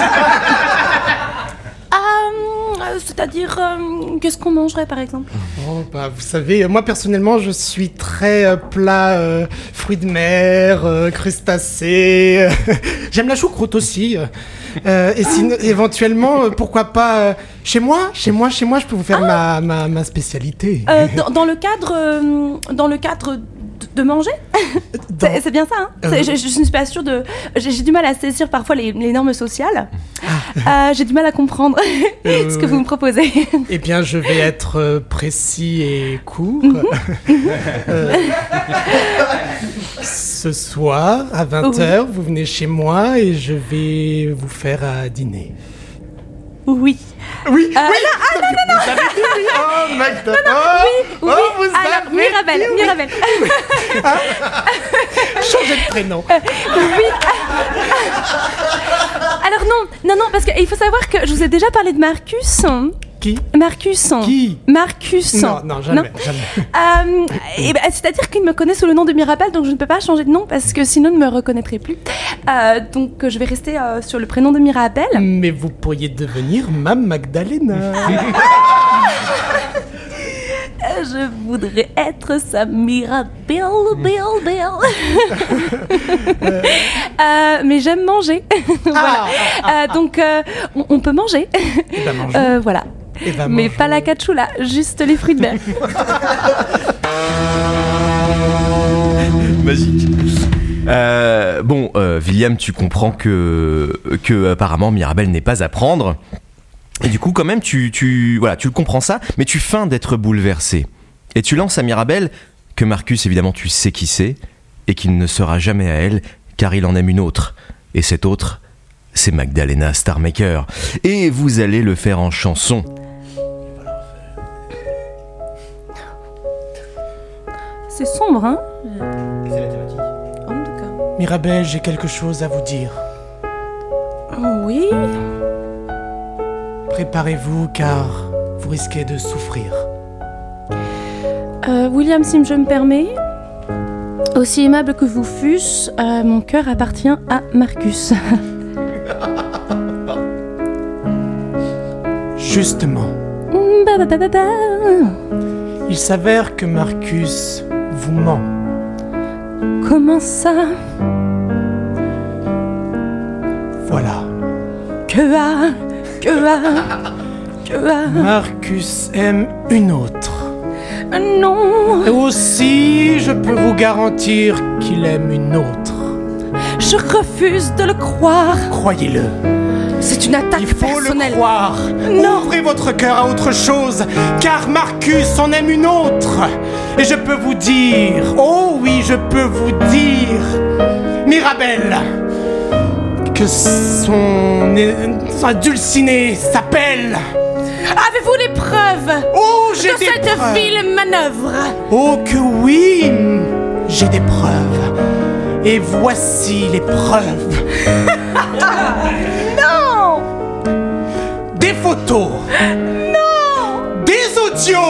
Speaker 10: hum, euh, C'est-à-dire, hum, qu'est-ce qu'on mangerait par exemple
Speaker 6: Oh, bah, vous savez, moi personnellement, je suis très euh, plat, euh, fruits de mer, euh, crustacés. euh, J'aime la choucroute aussi. euh. Euh, et sinon, éventuellement, euh, pourquoi pas euh, chez moi Chez moi, chez moi, je peux vous faire ma, ma, ma spécialité.
Speaker 10: Ah. Euh, dans, dans le cadre, euh, dans le cadre de, de manger C'est c'est bien ça, hein
Speaker 6: Euh,
Speaker 10: C'est- je, je ne suis pas sûre de... J'ai j'ai du mal à saisir parfois les, les normes sociales.
Speaker 6: Ah.
Speaker 10: Euh, J'ai du mal à comprendre ce que
Speaker 6: Euh,
Speaker 10: vous me proposez.
Speaker 6: Eh bien, je vais être euh, précis et court.
Speaker 10: Mhm.
Speaker 6: Euh, ce soir, à 20h, vous venez chez moi et je vais vous faire à dîner.
Speaker 10: Oui.
Speaker 6: Oui,
Speaker 10: Euh, non, ah, non, non, non
Speaker 6: Vous avez dit oui. Oh, Magda.
Speaker 10: Oui,
Speaker 6: oh, oh,
Speaker 10: oui,
Speaker 6: vous
Speaker 10: alors
Speaker 6: avez
Speaker 10: Mirabel,
Speaker 6: dit oui. Hein
Speaker 10: Mirabel.
Speaker 6: Changez de prénom.
Speaker 10: Euh, Oui. Alors non, non, non, parce qu'il faut savoir que je vous ai déjà parlé de Marcus.
Speaker 6: Qui
Speaker 10: Marcus.
Speaker 6: Qui
Speaker 10: Marcus.
Speaker 6: Non, non, jamais, jamais.
Speaker 10: Euh, eh ben, C'est-à-dire qu'il me connaît sous le nom de Mirabel, donc je ne peux pas changer de nom parce que sinon il ne me reconnaîtrait plus. Euh, donc euh, je vais rester euh, sur le prénom de Mirabel.
Speaker 6: Mais vous pourriez devenir ma Magdalena.
Speaker 10: Euh, Je voudrais être sa Mirabel, Bel, Bel. Euh, mais j'aime manger. voilà. Euh, donc euh, on, on peut manger.
Speaker 6: Eh ben, mange.
Speaker 10: Euh, voilà.
Speaker 6: Eh ben,
Speaker 10: Mais
Speaker 6: mange.
Speaker 10: pas la cachoula, juste les fruits de mer.
Speaker 1: Magique. Euh, bon, euh, William, tu comprends que, que apparemment Mirabel n'est pas à prendre. Et du coup, quand même, tu, tu, voilà, tu comprends ça, mais tu feins d'être bouleversé. Et tu lances à Mirabel que Marcus, évidemment, tu sais qui c'est, et qu'il ne sera jamais à elle, car il en aime une autre. Et cette autre, c'est Magdalena Starmaker. Et vous allez le faire en chanson.
Speaker 10: C'est sombre, hein
Speaker 6: Euh, Mirabelle, j'ai quelque chose à vous dire.
Speaker 10: Oh, Oui.
Speaker 6: Préparez-vous car vous risquez de souffrir.
Speaker 10: Euh, William, si je me permets, aussi aimable que vous fussent, euh, mon cœur appartient à Marcus.
Speaker 6: Justement,
Speaker 10: Hum, Ba, ba, ba, ba, ba.
Speaker 6: il s'avère que Marcus vous ment.
Speaker 10: Comment ça
Speaker 6: Voilà.
Speaker 10: Que a Que a Que a
Speaker 6: Marcus aime une autre.
Speaker 10: Non
Speaker 6: Et aussi, je peux vous garantir qu'il aime une autre.
Speaker 10: Je refuse de le croire
Speaker 6: Croyez-le.
Speaker 10: C'est une attaque
Speaker 6: Il faut le
Speaker 10: personnelle
Speaker 6: croire.
Speaker 10: Non.
Speaker 6: Ah, Ouvrez votre cœur à autre chose, car Marcus en aime une autre. Et je peux vous dire, oh oui, je peux vous dire, Mirabelle, que son, sa dulcinée s'appelle.
Speaker 10: Avez-vous les preuves
Speaker 6: Oh, j'ai
Speaker 10: de
Speaker 6: des
Speaker 10: cette
Speaker 6: preuves.
Speaker 10: vile manœuvre
Speaker 6: Oh que oui, j'ai des preuves. Et voici les preuves.
Speaker 10: Non
Speaker 6: Des photos. Pinocchio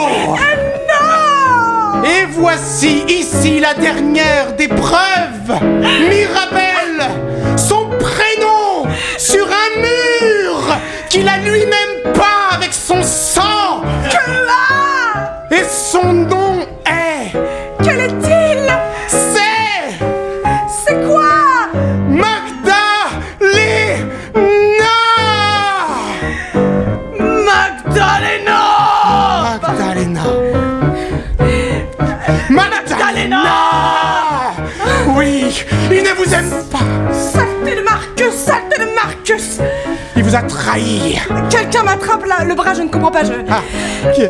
Speaker 6: Et voici ici la dernière des preuves Mirabel Son prénom sur un mur qu'il a lui-même peint avec son sang Et son nom est... Quel est-il C'est... C'est quoi Magdalena Magdalena Magdalena Magdalena Oui, il ne vous aime pas
Speaker 11: Saleté de Marcus, saleté de Marcus
Speaker 6: Il vous a trahi Ah,
Speaker 11: Quelqu'un m'attrape là, le bras, je ne comprends pas, je...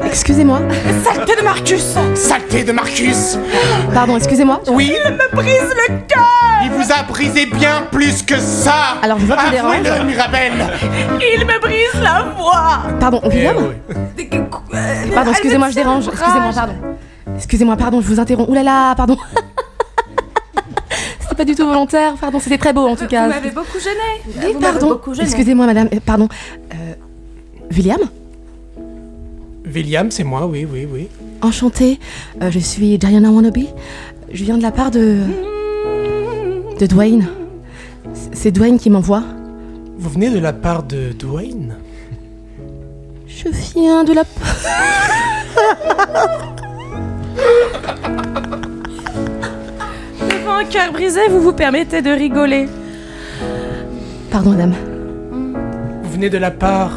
Speaker 8: Excusez-moi.
Speaker 11: Saleté de Marcus
Speaker 6: Saleté de Marcus
Speaker 8: Pardon, excusez-moi.
Speaker 6: Oui
Speaker 11: Il me brise le cœur
Speaker 6: Il vous a brisé bien plus que ça
Speaker 8: Alors, je vois que je
Speaker 6: Avouez-le,
Speaker 8: dérange.
Speaker 6: Mirabel
Speaker 11: Il me brise la voix
Speaker 8: Pardon,
Speaker 6: Eh
Speaker 8: William Pardon, excusez-moi, je dérange. Excusez-moi, pardon. Excusez-moi, pardon, je vous interromps. Ouh là là, pardon. C'était pas du tout volontaire. Pardon, c'était très beau en tout
Speaker 11: Vous
Speaker 8: cas.
Speaker 11: m'avez beaucoup gêné
Speaker 8: Oui, pardon. Excusez-moi, madame. Euh, Pardon. Euh, William
Speaker 6: William, c'est moi, oui, oui, oui.
Speaker 8: Enchantée, euh, je suis Diana Wannabe. Je viens de la part de. de Dwayne. C- C'est Dwayne qui m'envoie.
Speaker 6: Vous venez de la part de Dwayne
Speaker 8: Je viens de la. p-
Speaker 11: Devant un cœur brisé, vous vous permettez de rigoler.
Speaker 8: Pardon, madame.
Speaker 6: Vous venez de la part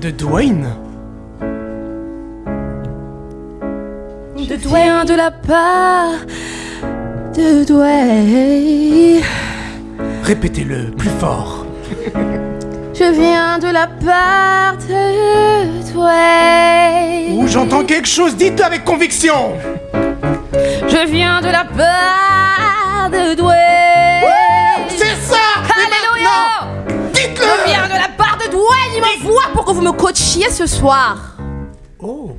Speaker 6: de Dwayne
Speaker 8: Je viens de la part de Dwayne.
Speaker 6: Répétez-le plus fort.
Speaker 8: Je viens de la part de Dwayne.
Speaker 6: Ou j'entends quelque chose, dites avec conviction
Speaker 8: Je viens de la part de Dwayne.
Speaker 6: C'est ça
Speaker 8: Alléluia Je viens de la part de Dwayne, il m'envoie pour que vous me coachiez ce soir.
Speaker 6: Oh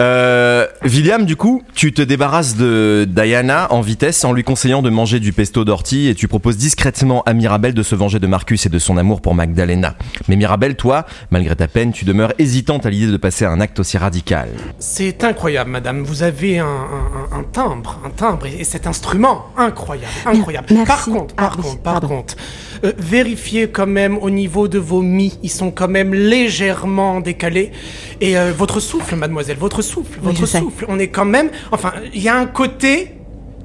Speaker 1: Euh, William, du coup, tu te débarrasses de Diana en vitesse en lui conseillant de manger du pesto d'ortie et tu proposes discrètement à Mirabel de se venger de Marcus et de son amour pour Magdalena. Mais Mirabel, toi, malgré ta peine, tu demeures hésitante à l'idée de passer à un acte aussi radical.
Speaker 6: C'est incroyable, madame. Vous avez un, un- un- un timbre, un timbre et, et cet instrument. Incroyable, incroyable.
Speaker 8: merci.
Speaker 6: Par contre, par
Speaker 8: Ah oui,
Speaker 6: contre, par contre, euh, vérifiez quand même au niveau de vos mi. Ils sont quand même légèrement décalés. Et euh, votre souffle, mademoiselle, votre souffle,
Speaker 8: je
Speaker 6: votre
Speaker 8: sais.
Speaker 6: souffle. On est quand même. Enfin, il y a un côté.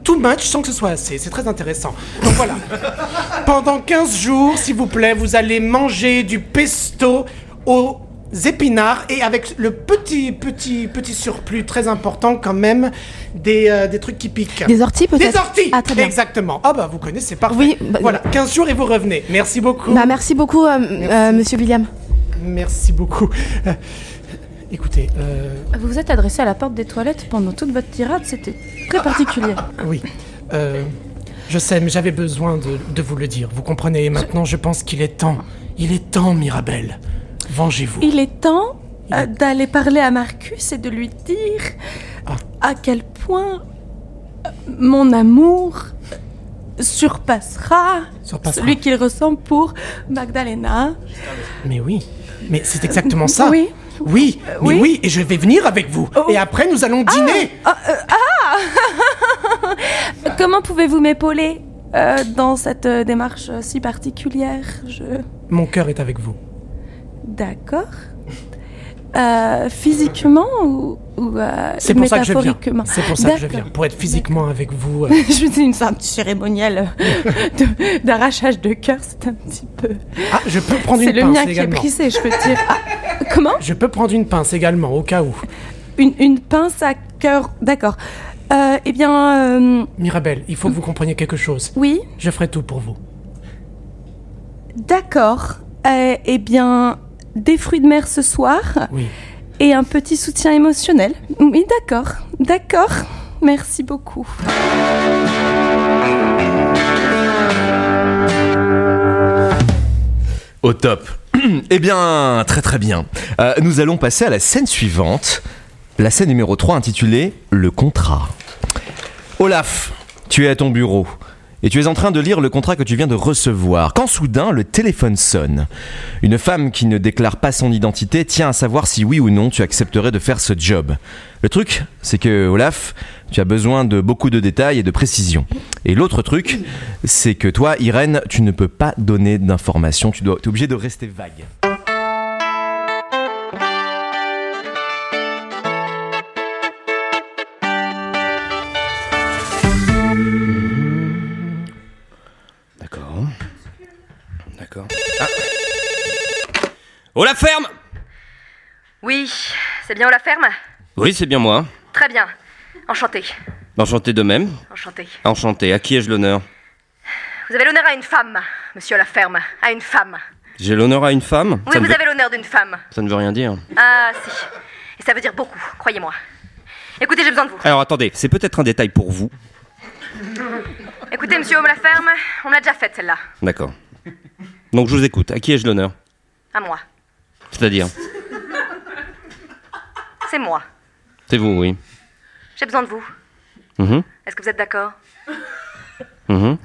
Speaker 6: Too much sans que ce soit assez, c'est très intéressant. Donc voilà. Pendant 15 jours, s'il vous plaît, vous allez manger du pesto aux épinards et avec le petit, petit, petit surplus très important quand même des, euh, des trucs qui piquent.
Speaker 8: Des orties peut-être
Speaker 6: Des orties
Speaker 8: Ah très bien.
Speaker 6: Exactement. Ah bah vous connaissez parfait.
Speaker 8: Oui, bah-
Speaker 6: voilà, 15 jours et vous revenez. Merci beaucoup.
Speaker 8: Bah merci beaucoup euh, euh, monsieur William.
Speaker 6: Merci beaucoup. Euh, écoutez, euh,
Speaker 10: Vous vous êtes adressé à la porte des toilettes pendant toute votre tirade, c'était très particulier.
Speaker 6: oui. euh, je sais, mais j'avais besoin de, de vous le dire. Vous comprenez Et maintenant, je pense qu'il est temps. Il est temps, Mirabelle. Vengez-vous.
Speaker 10: Il est temps euh, d'aller parler à Marcus et de lui dire
Speaker 6: Ah.
Speaker 10: à quel point euh, mon amour euh, surpassera,
Speaker 6: Surpassera.
Speaker 10: celui qu'il ressent pour Magdalena.
Speaker 6: Mais oui, mais c'est exactement ça.
Speaker 10: Oui. Euh,
Speaker 6: Oui, mais
Speaker 10: oui. Oh. Ah.
Speaker 6: oui. et je vais venir avec vous. Et après, nous allons dîner.
Speaker 10: Euh, Comment pouvez-vous m'épauler euh, dans cette euh, démarche euh, si particulière Je...
Speaker 6: Mon cœur est avec vous.
Speaker 10: D'accord. Euh, physiquement ou, ou euh,
Speaker 6: C'est pour ça que je viens.
Speaker 10: métaphoriquement
Speaker 6: C'est pour ça que je
Speaker 10: D'accord.
Speaker 6: viens, pour être physiquement avec vous. euh,
Speaker 10: je dis une sorte de cérémoniel euh, de- d'arrachage de cœur, c'est un petit peu.
Speaker 6: Ah, je peux prendre
Speaker 10: C'est
Speaker 6: une
Speaker 10: le
Speaker 6: pince
Speaker 10: mien qui est
Speaker 6: également.
Speaker 10: brisé, je peux te dire. Ah, comment
Speaker 6: Je peux prendre une pince également, au cas où.
Speaker 10: une, une pince à cœur. D'accord. Euh, eh bien, euh,
Speaker 6: Mirabelle, il faut que vous compreniez quelque chose.
Speaker 10: oui,
Speaker 6: Je ferai tout pour vous.
Speaker 10: d'accord. Euh, eh bien, des fruits de mer ce soir
Speaker 6: Oui.
Speaker 10: et un petit soutien émotionnel. Oui, d'accord. D'accord. Merci beaucoup.
Speaker 1: Au top. eh bien, très très bien. Euh, nous allons passer à la scène suivante. La scène numéro 3 intitulée Le contrat. Olaf, tu es à ton bureau. Et et tu es en train de lire le contrat que tu viens de recevoir. Quand soudain, le téléphone sonne. Une femme qui ne déclare pas son identité tient à savoir si oui ou non tu accepterais de faire ce job. Le truc, c'est que Olaf, tu as besoin de beaucoup de détails et de précisions. Et l'autre truc, c'est que toi, Irène, tu ne peux pas donner d'informations, tu dois, es obligé de rester vague.
Speaker 9: D'accord. D'accord. Ah. Oh la ferme
Speaker 12: Oui, c'est bien la ferme
Speaker 9: Oui, c'est bien moi.
Speaker 12: Très bien. Enchantée.
Speaker 9: Enchanté de même.
Speaker 12: Enchantée.
Speaker 9: Enchanté. À qui ai-je l'honneur
Speaker 12: Vous avez l'honneur à une femme, monsieur la ferme. À une femme.
Speaker 9: J'ai l'honneur à une femme
Speaker 12: Oui,
Speaker 9: ça, ne
Speaker 12: vous
Speaker 9: veut-
Speaker 12: avez l'honneur d'une femme.
Speaker 9: ça ne veut rien dire.
Speaker 12: Ah, si. Et ça veut dire beaucoup, croyez-moi. Écoutez, j'ai besoin de vous.
Speaker 9: Alors attendez, c'est peut-être un détail pour vous.
Speaker 12: Écoutez, monsieur Homme la ferme, on me l'a déjà faite celle-là.
Speaker 9: D'accord. Donc je vous écoute. À qui ai-je l'honneur
Speaker 12: À moi.
Speaker 9: C'est-à-dire
Speaker 12: C'est moi.
Speaker 9: C'est vous, oui.
Speaker 12: J'ai besoin de vous.
Speaker 9: Mhm,
Speaker 12: Est-ce que vous êtes d'accord
Speaker 9: mhm.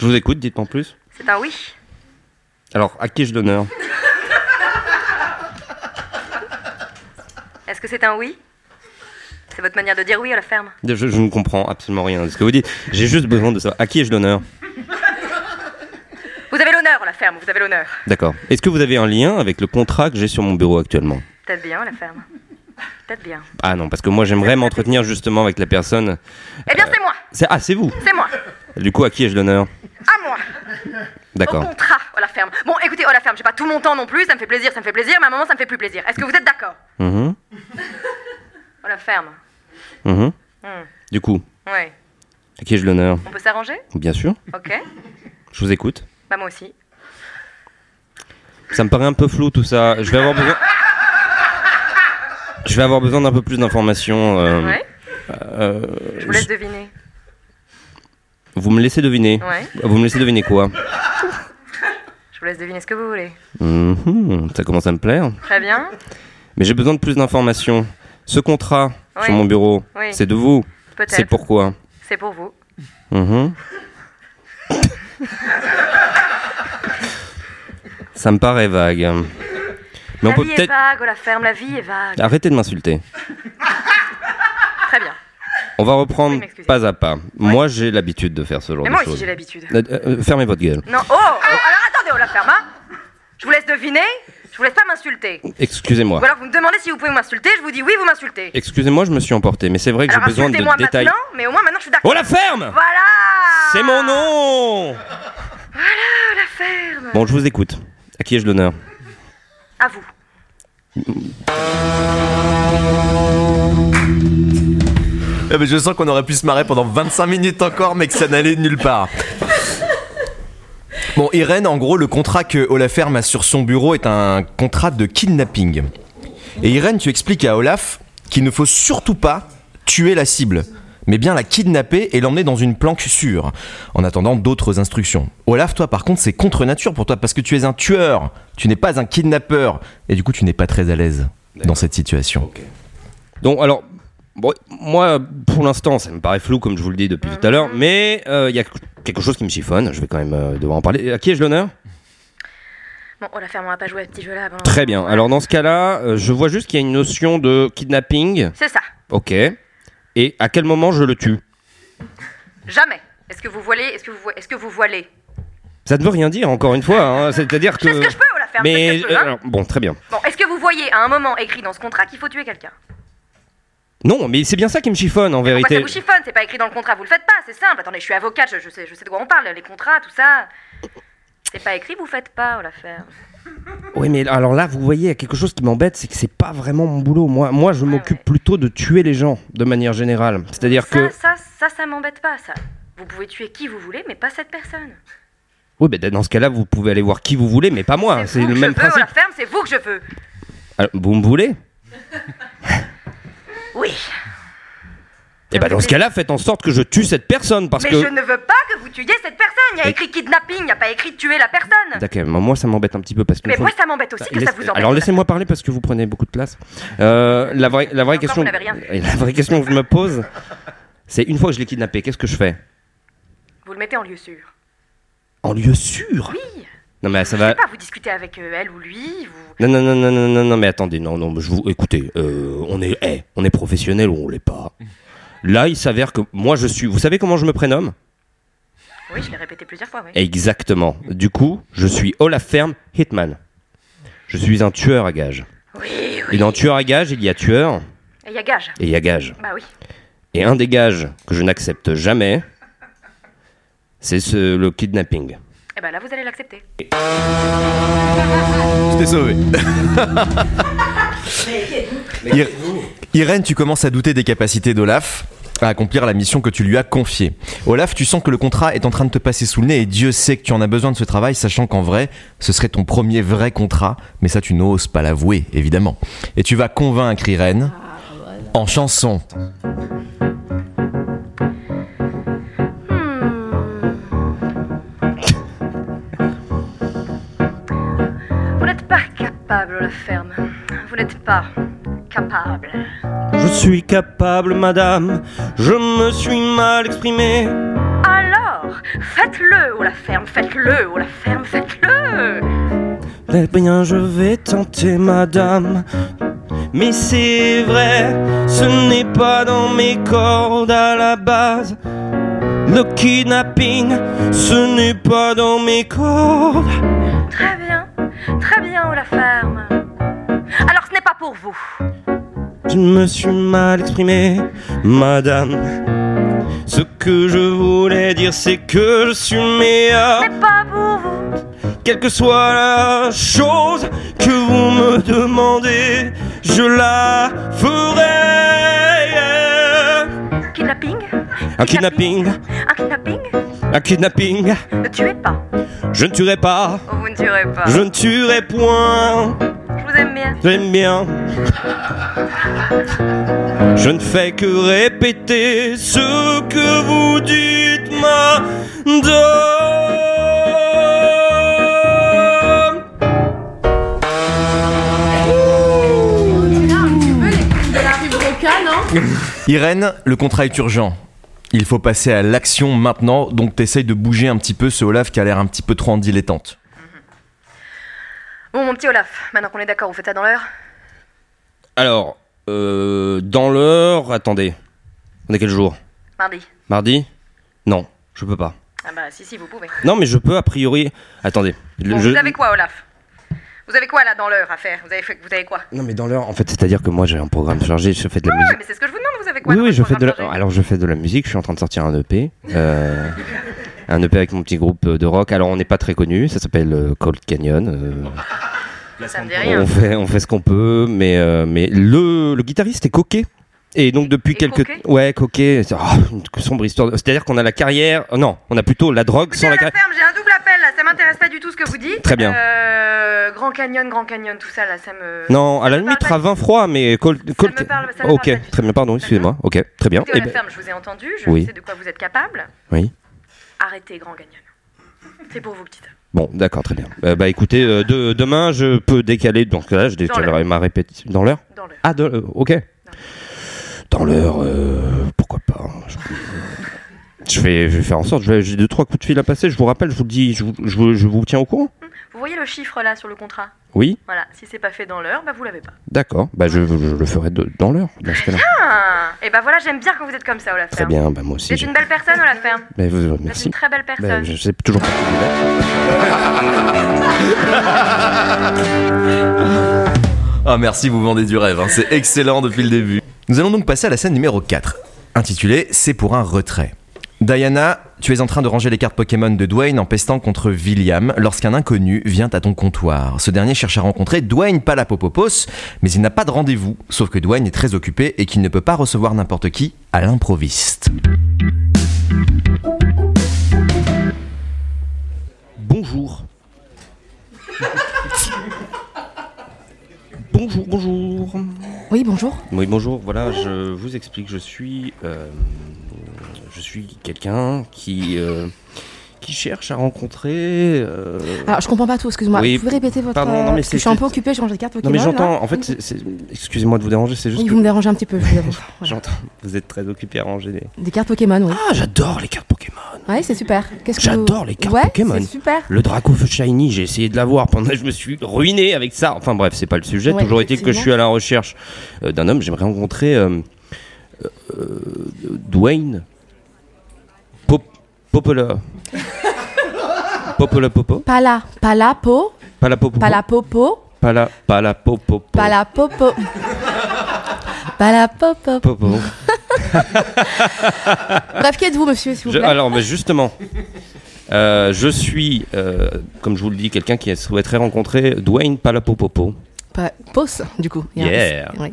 Speaker 9: Je vous écoute, dites-moi en plus.
Speaker 12: C'est un oui.
Speaker 9: Alors, à qui ai-je l'honneur
Speaker 12: Est-ce que c'est un oui C'est votre manière de dire oui à la ferme.
Speaker 9: je, je ne comprends absolument rien de ce que vous dites. J'ai juste besoin de ça. À qui ai-je l'honneur
Speaker 12: Vous avez l'honneur, la ferme, vous avez l'honneur.
Speaker 9: D'accord. Est-ce que vous avez un lien avec le contrat que j'ai sur mon bureau actuellement
Speaker 12: Peut-être bien, la ferme. Peut-être bien.
Speaker 9: Ah non, parce que moi j'aimerais m'entretenir justement avec la personne.
Speaker 12: Eh bien, c'est moi
Speaker 9: C'est ah, c'est vous.
Speaker 12: C'est moi
Speaker 9: Du coup, à qui ai-je l'honneur
Speaker 12: À moi
Speaker 9: D'accord.
Speaker 12: Au contrat, à la ferme. Bon, écoutez, à la ferme, j'ai pas tout mon temps non plus, ça me fait plaisir, ça me fait plaisir, mais à un moment, ça me fait plus plaisir. Est-ce que vous êtes d'accord
Speaker 9: Mhm,
Speaker 12: À la ferme.
Speaker 9: mhm.
Speaker 12: Hmm.
Speaker 9: Du coup,
Speaker 12: Ouais.
Speaker 9: à qui ai-je l'honneur
Speaker 12: On peut s'arranger
Speaker 9: Bien sûr.
Speaker 12: Ok.
Speaker 9: Je vous écoute.
Speaker 12: Bah, moi aussi.
Speaker 9: Ça me paraît un peu flou tout ça. Je vais avoir besoin. Je vais avoir besoin d'un peu plus d'informations. euh,
Speaker 12: Ouais.
Speaker 9: euh,
Speaker 12: Je vous laisse deviner.
Speaker 9: vous me laissez deviner.
Speaker 12: Ouais.
Speaker 9: Vous me laissez deviner quoi
Speaker 12: Je vous laisse deviner ce que vous voulez.
Speaker 9: Mhm, Ça commence à me plaire.
Speaker 12: Très bien.
Speaker 9: Mais j'ai besoin de plus d'informations. Ce contrat
Speaker 12: Oui.
Speaker 9: sur mon bureau,
Speaker 12: Oui.
Speaker 9: c'est de vous.
Speaker 12: Peut-être.
Speaker 9: C'est pourquoi
Speaker 12: C'est pour vous.
Speaker 9: Mhm. Ça me paraît vague. Mais on
Speaker 12: la
Speaker 9: peut
Speaker 12: vie est
Speaker 9: peut-être. Ah.
Speaker 12: vague, oh, la ferme, la vie est vague.
Speaker 9: Arrêtez de m'insulter.
Speaker 12: Très bien.
Speaker 9: On va reprendre
Speaker 12: Oui, m'excuser.
Speaker 9: pas à pas. Moi, j'ai l'habitude de faire ce genre
Speaker 12: Mais
Speaker 9: de
Speaker 12: moi
Speaker 9: choses.
Speaker 12: aussi, j'ai l'habitude.
Speaker 9: Euh, euh, fermez votre gueule.
Speaker 12: Non, oh, oh, Alors attendez, oh, la ferme, hein Je vous laisse deviner, je vous laisse pas m'insulter.
Speaker 9: Excusez-moi.
Speaker 12: Ou alors vous me demandez si vous pouvez m'insulter, je vous dis oui, vous m'insultez.
Speaker 9: Excusez-moi, je me suis emporté, mais c'est vrai que j'ai
Speaker 12: Alors
Speaker 9: besoin
Speaker 12: insultez-moi
Speaker 9: de détails.
Speaker 12: maintenant, mais au moins maintenant je suis d'accord.
Speaker 9: Oh la ferme
Speaker 12: Voilà
Speaker 9: C'est mon nom
Speaker 12: Voilà la ferme
Speaker 9: Bon, je vous écoute. À qui ai-je l'honneur
Speaker 12: À vous.
Speaker 1: Ah, mais je sens qu'on aurait pu se marrer pendant 25 minutes encore, mais que ça n'allait nulle part. Bon, Irène, en gros, le contrat que Olaferme a sur son bureau est un contrat de kidnapping. Et Irène, tu expliques à Olaf qu'il ne faut surtout pas tuer la cible, mais bien la kidnapper et l'emmener dans une planque sûre, en attendant d'autres instructions. Olaf, toi, par contre, c'est contre nature pour toi, parce que tu es un tueur, tu n'es pas un kidnappeur, et du coup, tu n'es pas très à l'aise dans cette situation.
Speaker 9: Donc, alors, bon, moi, pour l'instant, ça me paraît flou, comme je vous le dis depuis tout
Speaker 12: Mhm.
Speaker 9: à l'heure, mais euh, il y a quelque chose qui me chiffonne, je vais quand même euh, devoir en parler. À qui ai-je l'honneur
Speaker 12: Bon, oh la ferme, on va pas jouer à petit jeu là. bon.
Speaker 9: Très bien. Alors, dans ce cas-là, euh, je vois juste qu'il y a une notion de kidnapping.
Speaker 12: C'est ça.
Speaker 9: Ok. Et à quel moment je le tue
Speaker 12: Jamais. Est-ce que vous voilez Est-ce que vous vo- Est-ce que vous voilez
Speaker 9: Ça ne veut rien dire, encore une fois. hein. C'est-à-dire que.
Speaker 12: ce que je peux, on la ferme,
Speaker 9: Mais.
Speaker 12: je fais ce que je peux, hein.
Speaker 9: euh, alors, bon, très bien.
Speaker 12: Bon, est-ce que vous voyez à un moment écrit dans ce contrat qu'il faut tuer quelqu'un
Speaker 9: Non, mais c'est bien ça qui me chiffonne, en
Speaker 12: Pourquoi ça
Speaker 9: vérité.
Speaker 12: vous chiffonne C'est pas écrit dans le contrat, vous le faites pas, c'est simple. Attendez, je suis avocate, je, je sais, je sais de quoi on parle, les contrats, tout ça. C'est pas écrit, vous faites pas, oh la ferme.
Speaker 9: Oui, mais alors là, vous voyez, il y a quelque chose qui m'embête, c'est que c'est pas vraiment mon boulot. Moi, moi
Speaker 12: Ah
Speaker 9: je m'occupe plutôt de tuer les gens, de manière générale. C'est-à-dire
Speaker 12: Ça,
Speaker 9: que.
Speaker 12: ça, ça, ça m'embête pas, ça. Vous pouvez tuer qui vous voulez, mais pas cette personne.
Speaker 9: Oui, ben, dans ce cas-là, vous pouvez aller voir qui vous voulez, mais pas moi. C'est
Speaker 12: Vous
Speaker 9: le
Speaker 12: que
Speaker 9: même
Speaker 12: je veux, oh
Speaker 9: principe.
Speaker 12: la ferme, c'est vous que je veux.
Speaker 9: Alors, vous me voulez
Speaker 12: Oui.
Speaker 9: Eh ben, dans ce cas-là, faites en sorte que je tue cette personne, parce
Speaker 12: mais
Speaker 9: que.
Speaker 12: je ne veux pas que vous tuiez cette personne. Il y a
Speaker 9: Mais-
Speaker 12: écrit kidnapping, il n'y a pas écrit tuer la personne.
Speaker 9: D'accord, mais moi ça m'embête un petit peu parce que.
Speaker 12: Mais
Speaker 9: faut-
Speaker 12: moi, ça m'embête aussi que ça
Speaker 9: laisse-
Speaker 12: vous embête.
Speaker 9: Alors laissez-moi parler parce que vous prenez beaucoup de place. Euh, la vraie, la vraie
Speaker 12: encore,
Speaker 9: question.
Speaker 12: vous n'avez rien fait.
Speaker 9: et La vraie question que je me pose, c'est une fois que je l'ai kidnappé, qu'est-ce que je fais
Speaker 12: Vous le mettez en lieu sûr.
Speaker 9: En lieu sûr
Speaker 12: Oui
Speaker 9: Non mais ça
Speaker 12: Je
Speaker 9: va...
Speaker 12: sais pas, vous discutez avec euh, elle ou lui, vous...
Speaker 9: Non, non, non, non, non, non, non, mais attendez, non, non, je vous... Écoutez, euh, on est... eh, on est professionnel ou on l'est pas. Là, il s'avère que moi, je suis... Vous savez comment je me prénomme
Speaker 12: Oui, je l'ai répété plusieurs fois, oui.
Speaker 9: Exactement. Du coup, je suis Olaf Ferme Hitman. Je suis un tueur à gages.
Speaker 12: Oui,
Speaker 9: Et dans tueur à gages, il y a tueur
Speaker 12: Et il y a gage.
Speaker 9: et il y a gage.
Speaker 12: Bah oui.
Speaker 9: Et un des gages que je n'accepte jamais, c'est ce- le kidnapping.
Speaker 12: Et bah là, vous allez l'accepter.
Speaker 1: Je t'ai sauvé.
Speaker 12: Mais
Speaker 1: Ir- Irène, tu commences à douter des capacités d'Olaf à accomplir la mission que tu lui as confiée. Olaf, tu sens que le contrat est en train de te passer sous le nez et Dieu sait que tu en as besoin de ce travail, sachant qu'en vrai, ce serait ton premier vrai contrat, mais ça tu n'oses pas l'avouer, évidemment. Et tu vas convaincre Irène en chanson.
Speaker 12: Vous n'êtes pas capable, Olaf Ferme. Vous n'êtes pas capable.
Speaker 9: Je suis capable, madame, je me suis mal exprimé.
Speaker 12: Alors, faites-le, Olaf Ferme, faites-le, Olaf Ferme, faites-le
Speaker 9: Eh bien, je vais tenter, madame. Mais c'est vrai, ce n'est pas dans mes cordes à la base. Le kidnapping, ce n'est pas dans mes cordes.
Speaker 12: Très bien, très bien, Olaf Ferme. Alors, ce n'est pas pour vous.
Speaker 9: Je me suis mal exprimé, madame. Ce que je voulais dire, c'est que je suis
Speaker 4: euh,
Speaker 9: meilleur.
Speaker 12: C'est pas pour vous.
Speaker 9: Quelle que soit la chose que vous me demandez, je la ferai.
Speaker 12: Kidnapping
Speaker 9: Un kidnapping,
Speaker 12: Un kidnapping
Speaker 9: un kidnapping.
Speaker 12: Ne tuez pas.
Speaker 9: Je ne tuerai pas,
Speaker 12: Oh, vous ne tuerez pas.
Speaker 9: je ne tuerai point.
Speaker 12: Je vous aime bien.
Speaker 9: J'aime bien. Je ne fais que répéter ce que vous dites, madame.
Speaker 10: hein.
Speaker 1: Irène, le contrat est urgent. Il faut passer à l'action maintenant, donc t'essayes de bouger un petit peu ce Olaf qui a l'air un petit peu trop en dilettante.
Speaker 12: Bon, mon petit Olaf, maintenant qu'on est d'accord, vous faites ça dans l'heure
Speaker 9: Alors, euh, dans l'heure, attendez. On est quel jour
Speaker 12: Mardi.
Speaker 9: Mardi Non, je peux pas.
Speaker 12: Ah bah, si, si, vous pouvez.
Speaker 9: Non, mais je peux a priori. Attendez. le-
Speaker 12: Bon,
Speaker 9: je-
Speaker 12: Vous avez quoi, Olaf Vous avez quoi, là, dans l'heure à faire vous avez, fait... vous avez quoi
Speaker 9: Non, mais dans l'heure, en fait, c'est-à-dire que moi j'ai un programme chargé, je fais de la
Speaker 12: Oui,
Speaker 9: musique.
Speaker 12: mais c'est ce que je vous demande, vous avez quoi
Speaker 9: Oui,
Speaker 12: dans
Speaker 9: oui,
Speaker 12: votre
Speaker 9: je fais de
Speaker 12: programme
Speaker 9: la... Alors je fais de la musique, je suis en train de sortir un EP. euh, un EP avec mon petit groupe de rock. Alors on n'est pas très connu, ça s'appelle euh, Cold Canyon. euh,
Speaker 12: Ça me dit rien.
Speaker 9: On fait, on fait ce qu'on peut, mais, euh, mais le, le guitariste est coquet. Et donc depuis quelques...
Speaker 12: coquet
Speaker 9: Ouais, coquet. c'est- oh, une sombre histoire. de- C'est-à-dire qu'on a la carrière... euh, Non, on a plutôt la drogue sans la
Speaker 12: Madame
Speaker 9: carrière.
Speaker 12: Ferme, j'ai un double appel, là, ça m'intéresse pas du tout ce que vous dites.
Speaker 9: Très bien.
Speaker 12: Euh, Grand Canyon, Grand Canyon, tout ça, là, ça me...
Speaker 9: Non, à la limite, Ravin froid, mais Cold... Cold-
Speaker 12: me parle- ça me parle
Speaker 9: ok,
Speaker 12: pas du
Speaker 9: très bien, pardon, excusez-moi. Ok, très bien.
Speaker 12: Écoutez,
Speaker 9: Eh
Speaker 12: Olaf
Speaker 9: ben-
Speaker 12: Ferme, je vous ai entendu, je
Speaker 9: Oui.
Speaker 12: sais de quoi vous êtes capable.
Speaker 9: Oui.
Speaker 12: Arrêtez, Grand Canyon. C'est pour vous, petite.
Speaker 9: Bon, d'accord, très bien. Euh, bah écoutez, euh, de- demain je peux décaler, donc là je décalerai ma répétition. Dans l'heure
Speaker 12: Dans l'heure.
Speaker 9: Ah, de- euh, ok. Dans l'heure, euh, pourquoi pas. hein, Je, je vais, je vais faire en sorte, je vais- j'ai deux, trois coups de fil à passer, je vous rappelle, je vous le dis, je vous, je vous- je vous tiens au courant
Speaker 12: Vous voyez le chiffre, là, sur le contrat
Speaker 9: Oui,
Speaker 12: Voilà, si c'est pas fait dans l'heure, bah vous l'avez pas.
Speaker 9: d'accord, bah je, je le ferai de- dans l'heure, dans ce cas-là.
Speaker 12: Ah Et bah voilà, j'aime bien quand vous êtes comme ça, Olaf
Speaker 9: Très
Speaker 12: Ferme.
Speaker 9: bien, bah moi aussi.
Speaker 12: Vous êtes
Speaker 9: j'ai-
Speaker 12: une belle personne, Olaf Ferme.
Speaker 9: Bah, vous-
Speaker 12: Vous êtes
Speaker 9: merci.
Speaker 12: une très belle personne.
Speaker 9: Bah, je sais toujours pas.
Speaker 1: Ah merci, vous vendez du rêve, hein. c'est excellent depuis le début. Nous allons donc passer à la scène numéro 4, intitulée C'est pour un retrait. Diana, tu es en train de ranger les cartes Pokémon de Dwayne en pestant contre William lorsqu'un inconnu vient à ton comptoir. Ce dernier cherche à rencontrer Dwayne Palapopopos, mais il n'a pas de rendez-vous, sauf que Dwayne est très occupé et qu'il ne peut pas recevoir n'importe qui à l'improviste.
Speaker 9: Bonjour. bonjour, bonjour.
Speaker 8: Oui, bonjour.
Speaker 9: Oui, bonjour. Voilà, je vous explique. Je suis, euh, je suis quelqu'un qui, euh, qui cherche à rencontrer. euh,
Speaker 8: Alors, Ah, je comprends pas tout, excuse-moi.
Speaker 9: Oui,
Speaker 8: Vous pouvez répéter votre.
Speaker 9: pardon, non,
Speaker 8: euh,
Speaker 9: mais
Speaker 8: parce que
Speaker 9: c'est-
Speaker 8: je suis un peu
Speaker 9: c'est-
Speaker 8: occupée, je range les cartes
Speaker 9: Non
Speaker 8: Pokémon.
Speaker 9: mais
Speaker 8: là.
Speaker 9: j'entends. En fait, c'est- c'est- excusez-moi de vous déranger. C'est juste
Speaker 8: Oui,
Speaker 9: que
Speaker 8: vous me dérangez un petit peu, je vous avoue.
Speaker 9: j'entends. Vous êtes très occupé à ranger des.
Speaker 8: Des cartes Pokémon, oui.
Speaker 9: Ah, j'adore les cartes Pokémon.
Speaker 8: Ouais, c'est super. Qu'est-ce que
Speaker 9: J'adore
Speaker 8: vous-
Speaker 9: les cartes
Speaker 8: ouais,
Speaker 9: Pokémon.
Speaker 8: C'est super.
Speaker 9: Le Dracaufeu Shiny, j'ai essayé de l'avoir pendant je me suis ruiné avec ça. Enfin bref, c'est pas le sujet.
Speaker 8: Ouais,
Speaker 9: Toujours est-il que je
Speaker 8: effectivement.
Speaker 9: suis à la recherche euh, d'un homme. J'aimerais rencontrer euh, euh, Dwayne Pop Popola. Popola Popo.
Speaker 8: Pala, pala po,
Speaker 9: Pas la Popo.
Speaker 8: pala popo,
Speaker 9: Pas la, pas la Popo.
Speaker 8: pala popo. Pala popo.
Speaker 9: Popo.
Speaker 8: Bref, qui êtes-vous, monsieur, s'il vous
Speaker 9: Je-
Speaker 8: plaît
Speaker 9: alors, mais justement, euh, je suis, euh, comme je vous le dis, quelqu'un qui souhaiterait rencontrer Dwayne Palapopopo.
Speaker 8: Pa- Pos, du coup. Il y a un
Speaker 9: Yeah.
Speaker 8: S. Ouais.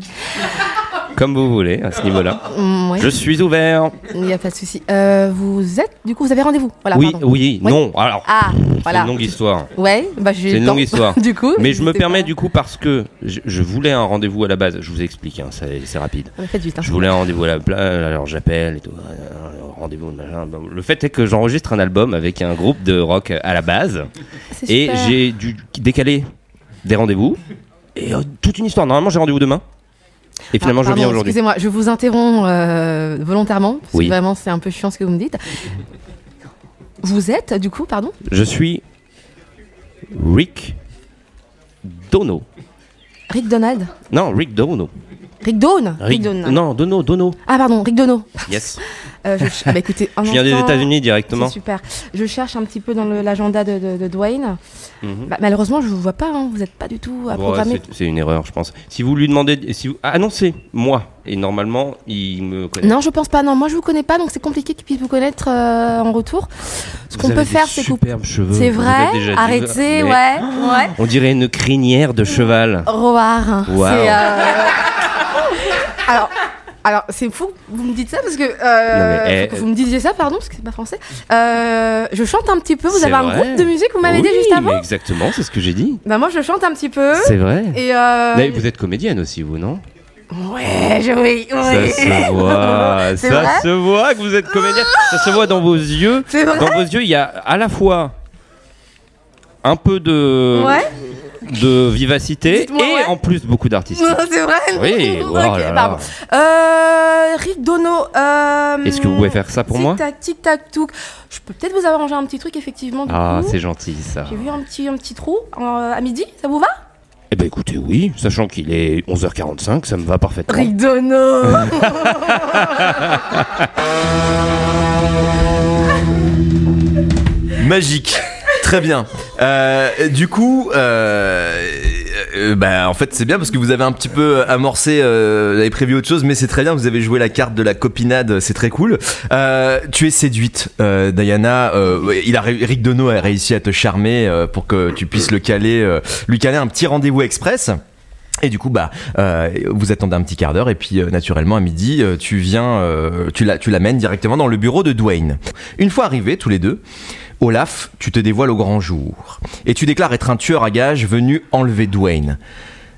Speaker 9: Comme vous voulez, à ce niveau-là.
Speaker 8: Mm, oui.
Speaker 9: Je suis ouvert.
Speaker 8: Il n'y a pas de souci. Euh, vous êtes, du coup, vous avez rendez-vous. Voilà,
Speaker 9: oui,
Speaker 8: pardon.
Speaker 9: oui, non. Alors,
Speaker 8: Ah,
Speaker 9: c'est
Speaker 8: voilà.
Speaker 9: une longue histoire.
Speaker 8: Ouais, bah
Speaker 9: C'est
Speaker 8: j'ai eu
Speaker 9: une
Speaker 8: le temps.
Speaker 9: longue histoire.
Speaker 8: du coup.
Speaker 9: mais je me
Speaker 8: n'hésitez
Speaker 9: permets
Speaker 8: pas.
Speaker 9: du coup parce que je, je voulais un rendez-vous à la base. Je vous explique, hein, c'est c'est rapide.
Speaker 8: Ah, mais faites vite, hein.
Speaker 9: Je voulais un rendez-vous à la plage, alors j'appelle et tout. euh, Rendez-vous, machin. Bon, Le fait est que j'enregistre un album avec un groupe de rock à la base.
Speaker 10: C'est
Speaker 9: Et
Speaker 10: super.
Speaker 9: j'ai dû décaler des rendez-vous. Et euh, toute une histoire. Normalement, j'ai rendez-vous demain. Et finalement, je
Speaker 8: Ah, Pardon,
Speaker 9: viens aujourd'hui.
Speaker 8: Excusez-moi, je vous interromps euh, volontairement, parce
Speaker 9: Oui.
Speaker 8: que vraiment c'est un peu chiant ce que vous me dites. Vous êtes, du coup, pardon
Speaker 9: Je suis Rick Dono.
Speaker 8: Rick Donald
Speaker 9: Non, Rick Dono.
Speaker 8: Rick Dawn
Speaker 9: Rick-
Speaker 8: Dawn.
Speaker 9: Non, Dono, Dono.
Speaker 8: Ah, pardon, Rick Dono.
Speaker 9: Yes.
Speaker 8: Euh, je, bah, écoutez, un
Speaker 9: Je viens des
Speaker 8: instant,
Speaker 9: États-Unis directement.
Speaker 8: c'est Super. Je cherche un petit peu dans le- l'agenda de, de- de Dwayne.
Speaker 9: Mhm.
Speaker 8: Bah, malheureusement, je vous vois pas, hein, vous n'êtes pas du tout à
Speaker 9: Ouais,
Speaker 8: programmer.
Speaker 9: c'est- c'est une erreur, je pense. Si vous lui demandez, si vous annoncez moi, et normalement, il me connaît.
Speaker 8: Non, je pense pas. Non, moi je vous connais pas, donc c'est compliqué qu'il puisse vous connaître euh, en retour. Ce
Speaker 9: Vous
Speaker 8: qu'on
Speaker 9: avez
Speaker 8: peut
Speaker 9: des
Speaker 8: faire, c'est couper.
Speaker 9: superbes cheveux,
Speaker 8: C'est
Speaker 9: vous
Speaker 8: vrai.
Speaker 9: l'avez déjà dit, mais-
Speaker 8: Arrêtez, ouais, ouais.
Speaker 9: On dirait une crinière de cheval.
Speaker 8: Roar. hein.
Speaker 9: Wow.
Speaker 8: C'est, euh, alors, alors c'est fou. Vous me dites ça parce que euh,
Speaker 9: Non, mais,
Speaker 8: faut
Speaker 9: eh,
Speaker 8: que vous me disiez ça, pardon, parce que c'est pas français. Euh, je chante un petit peu. Vous
Speaker 9: C'est
Speaker 8: avez un
Speaker 9: vrai.
Speaker 8: groupe de musique. Vous m'avez
Speaker 9: Oui,
Speaker 8: dit juste
Speaker 9: mais
Speaker 8: avant.
Speaker 9: exactement, c'est ce que j'ai dit.
Speaker 8: Bah moi je chante un petit peu.
Speaker 9: C'est vrai.
Speaker 8: Et euh,
Speaker 9: Mais vous êtes comédienne aussi, vous, non
Speaker 8: ouais, je oui,
Speaker 9: Ça
Speaker 8: oui.
Speaker 9: se voit,
Speaker 8: C'est
Speaker 9: ça
Speaker 8: vrai
Speaker 9: se voit que vous êtes comédienne. Ça se voit dans vos yeux.
Speaker 8: C'est vrai
Speaker 9: Dans vos yeux, il y a à la fois un peu de
Speaker 8: Ouais.
Speaker 9: de vivacité et
Speaker 8: Dites-moi, ouais.
Speaker 9: en plus beaucoup d'artistes.
Speaker 8: Non, c'est vrai.
Speaker 9: Oui.
Speaker 8: Ok,
Speaker 9: oh là là.
Speaker 8: pardon. Euh, Rick Dono. euh,
Speaker 9: Est-ce que vous pouvez faire ça pour moi
Speaker 8: Tic tac, tic tac, touc. Je peux peut-être vous arranger un petit truc effectivement. du
Speaker 9: Ah,
Speaker 8: coup.
Speaker 9: c'est gentil ça.
Speaker 8: J'ai vu un petit, un petit trou euh, à midi, ça vous va
Speaker 9: Eh ben écoutez, oui, sachant qu'il est 11h45, ça me va parfaitement.
Speaker 8: Rick Dono
Speaker 1: Magique. Très bien. Euh, du coup, euh, euh, bah, en fait, c'est bien parce que vous avez un petit peu amorcé, euh, vous avez prévu autre chose, mais c'est très bien. Vous avez joué la carte de la copinade, c'est très cool. Euh, tu es séduite, euh, Diana. euh, ouais, il a, ré- Rick Dono a réussi à te charmer euh, pour que tu puisses le caler, euh, lui caler un petit rendez-vous express. Et du coup, bah, euh, vous attendez un petit quart d'heure et puis euh, naturellement à midi, euh, tu viens, euh, tu la- tu l'amènes directement dans le bureau de Dwayne. Une fois arrivés tous les deux, Olaf, tu te dévoiles au grand jour et tu déclares être un tueur à gages venu enlever Dwayne.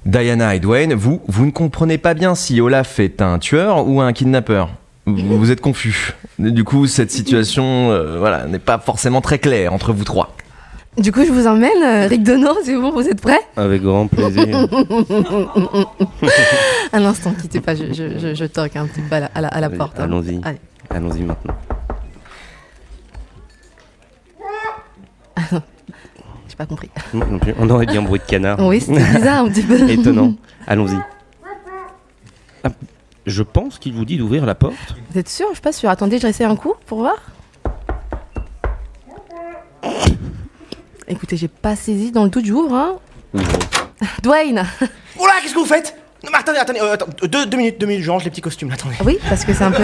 Speaker 1: Diana et Dwayne, vous, vous ne comprenez pas bien si Olaf est un tueur ou un kidnappeur. Vous vous êtes confus. Du coup, cette situation, euh, voilà, n'est pas forcément très claire entre vous trois.
Speaker 8: Du coup, je vous emmène, euh, Rick Dono, c'est bon, vous êtes prêts
Speaker 9: Avec grand plaisir.
Speaker 8: Un instant, quittez pas, je, je, je, je toque un petit peu à la, à la, à la
Speaker 9: Allez,
Speaker 8: porte. hein.
Speaker 9: Allons-y.
Speaker 8: Allez.
Speaker 9: Allons-y maintenant.
Speaker 8: J'ai pas compris.
Speaker 9: Non, non plus. On aurait dit un bruit de canard.
Speaker 8: Oui, c'était bizarre un petit peu.
Speaker 9: Étonnant. Allons-y. Ah, je pense qu'il vous dit d'ouvrir la porte.
Speaker 8: Vous êtes sûr Je suis pas sûre. Attendez, je réessaye un coup pour voir. Écoutez, j'ai pas saisi dans le doute, j'ouvre, hein. Dwayne
Speaker 2: Oh là, qu'est-ce que vous faites Non, mais attendez, attendez, euh, attends, deux, deux minutes, deux minutes, je range les petits costumes, là, attendez.
Speaker 8: Ah Oui, parce que c'est un peu,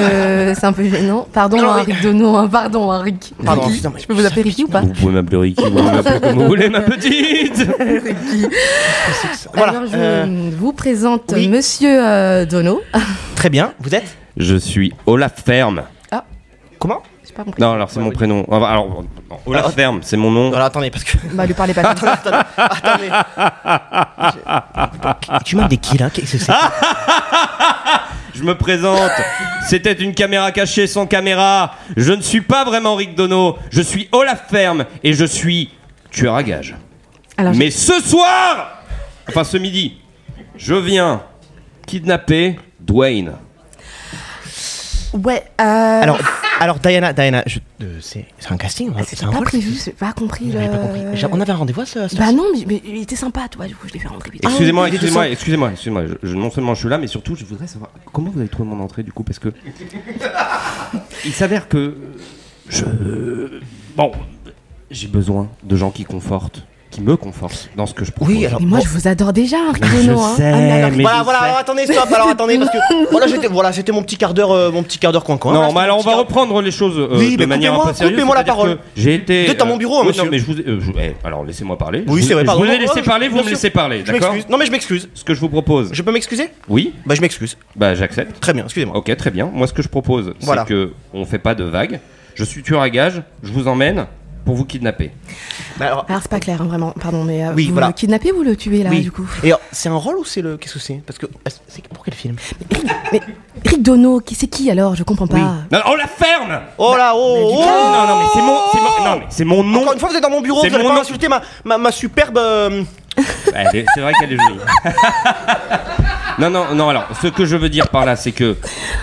Speaker 8: c'est un peu gênant. Pardon,
Speaker 2: Non,
Speaker 8: hein,
Speaker 2: oui.
Speaker 8: Rick Dono, hein, pardon, hein, Rick.
Speaker 2: Pardon,
Speaker 8: Ricky.
Speaker 2: non, mais-
Speaker 8: Je peux vous appeler Ricky ou pas
Speaker 9: Vous pouvez m'appeler Ricky, vous pouvez m'appeler comme vous voulez, ma petite.
Speaker 8: Ricky.
Speaker 2: Voilà,
Speaker 8: Alors, je
Speaker 2: euh,
Speaker 8: vous présente Monsieur euh, Dono.
Speaker 2: Très bien, vous êtes
Speaker 9: Je suis Olaf Ferme.
Speaker 8: Ah.
Speaker 2: Comment
Speaker 8: J'ai pas compris. Ah,
Speaker 9: Non, alors c'est mon prénom. Enfin, Alors, non, Olaf Ferme, c'est mon nom.
Speaker 2: Alors attendez, parce que.
Speaker 8: Bah, lui parlez pas comme ça.
Speaker 2: Tu m'as des qui
Speaker 8: hein,
Speaker 2: là Qu'est-ce que c'est
Speaker 9: Je me présente. C'était une caméra cachée sans caméra. Je ne suis pas vraiment Rick Dono. Je suis Olaf Ferme et je suis tueur à gage.
Speaker 8: Alors,
Speaker 9: Mais ce soir, enfin ce midi, je viens kidnapper Dwayne.
Speaker 8: Ouais, euh,
Speaker 2: Alors, Alors, Diana, Diana, je- euh, c'est c'est un casting hein, C'est euh,
Speaker 8: J'ai
Speaker 2: un
Speaker 8: pas
Speaker 2: rôle
Speaker 8: prévu, j'ai pas compris.
Speaker 2: J'avais pas compris. J'ai- On avait un rendez-vous à ce. à ce-
Speaker 8: Bah non, mais, mais il était sympa, toi, du coup, je l'ai fait rentrer. vite.
Speaker 9: Excusez-moi, excusez-moi, excusez-moi, excusez-moi. Je- je- non seulement je suis là, mais surtout je voudrais savoir comment vous avez trouvé mon entrée du coup, parce que il s'avère que je bon, j'ai besoin de gens qui confortent, qui me confortent dans ce que je propose.
Speaker 2: alors,
Speaker 8: Mais moi, je vous adore déjà,
Speaker 9: Mais
Speaker 8: Arcano. hein.
Speaker 9: je sais,
Speaker 8: Ah, mais alors-
Speaker 9: mais
Speaker 2: voilà,
Speaker 9: je
Speaker 2: voilà,
Speaker 9: sais.
Speaker 2: alors, attendez, stop, alors attendez, parce que voilà, j'étais- voilà, c'était mon petit quart d'heure, euh, mon petit quart d'heure coin coin.
Speaker 9: non, mais alors on va reprendre les choses euh,
Speaker 2: Oui,
Speaker 9: de
Speaker 2: mais
Speaker 9: manière un
Speaker 2: coupez-moi,
Speaker 9: peu sérieuse.
Speaker 2: coupez-moi la
Speaker 9: c'est-à-dire
Speaker 2: parole.
Speaker 9: que J'ai été
Speaker 2: Vous êtes à mon bureau, hein,
Speaker 9: oui,
Speaker 2: monsieur.
Speaker 9: Non, mais je vous ai- euh, je- eh, alors laissez-moi parler.
Speaker 2: Oui,
Speaker 9: Je
Speaker 2: c'est vrai,
Speaker 9: vous-
Speaker 2: pardon.
Speaker 9: Je vous ai
Speaker 2: Oh,
Speaker 9: laissé
Speaker 2: je-
Speaker 9: parler, vous
Speaker 2: bien
Speaker 9: me
Speaker 2: sûr.
Speaker 9: laissez parler,
Speaker 2: Je
Speaker 9: d'accord
Speaker 2: m'excuse. Non, mais je m'excuse.
Speaker 9: Ce que je vous propose.
Speaker 2: Je peux m'excuser
Speaker 9: Oui.
Speaker 2: Bah je m'excuse.
Speaker 9: Bah j'accepte.
Speaker 2: Très bien, excusez-moi.
Speaker 9: Ok, très bien. Moi ce que je propose,
Speaker 2: Voilà.
Speaker 9: c'est que on fait pas de vagues. Je suis tueur à gage. Je vous emmène pour vous kidnapper.
Speaker 2: alors,
Speaker 8: c'est pas clair, hein, vraiment. Pardon, mais euh,
Speaker 9: Oui,
Speaker 8: vous
Speaker 9: voilà.
Speaker 8: le kidnappez ou le tuez là,
Speaker 2: Ah. Oui.
Speaker 8: du coup
Speaker 2: Et alors, c'est un rôle ou c'est le. Qu'est-ce que c'est Parce que. C'est pour quel film
Speaker 8: Mais Rick Dono, qui c'est qui alors Je comprends pas.
Speaker 9: Non, on la ferme.
Speaker 2: Oh là, oh, oh
Speaker 9: Non, non, mais c'est mon, c'est mon- non, mais c'est mon nom.
Speaker 2: Encore une fois, vous êtes dans mon bureau,
Speaker 9: C'est
Speaker 2: vous allez
Speaker 9: mon
Speaker 2: pas
Speaker 9: nom.
Speaker 2: insulter ma, ma, ma superbe. euh,
Speaker 9: Elle est- C'est vrai qu'elle est jolie. non, non, non. Alors, ce que je veux dire par là, c'est que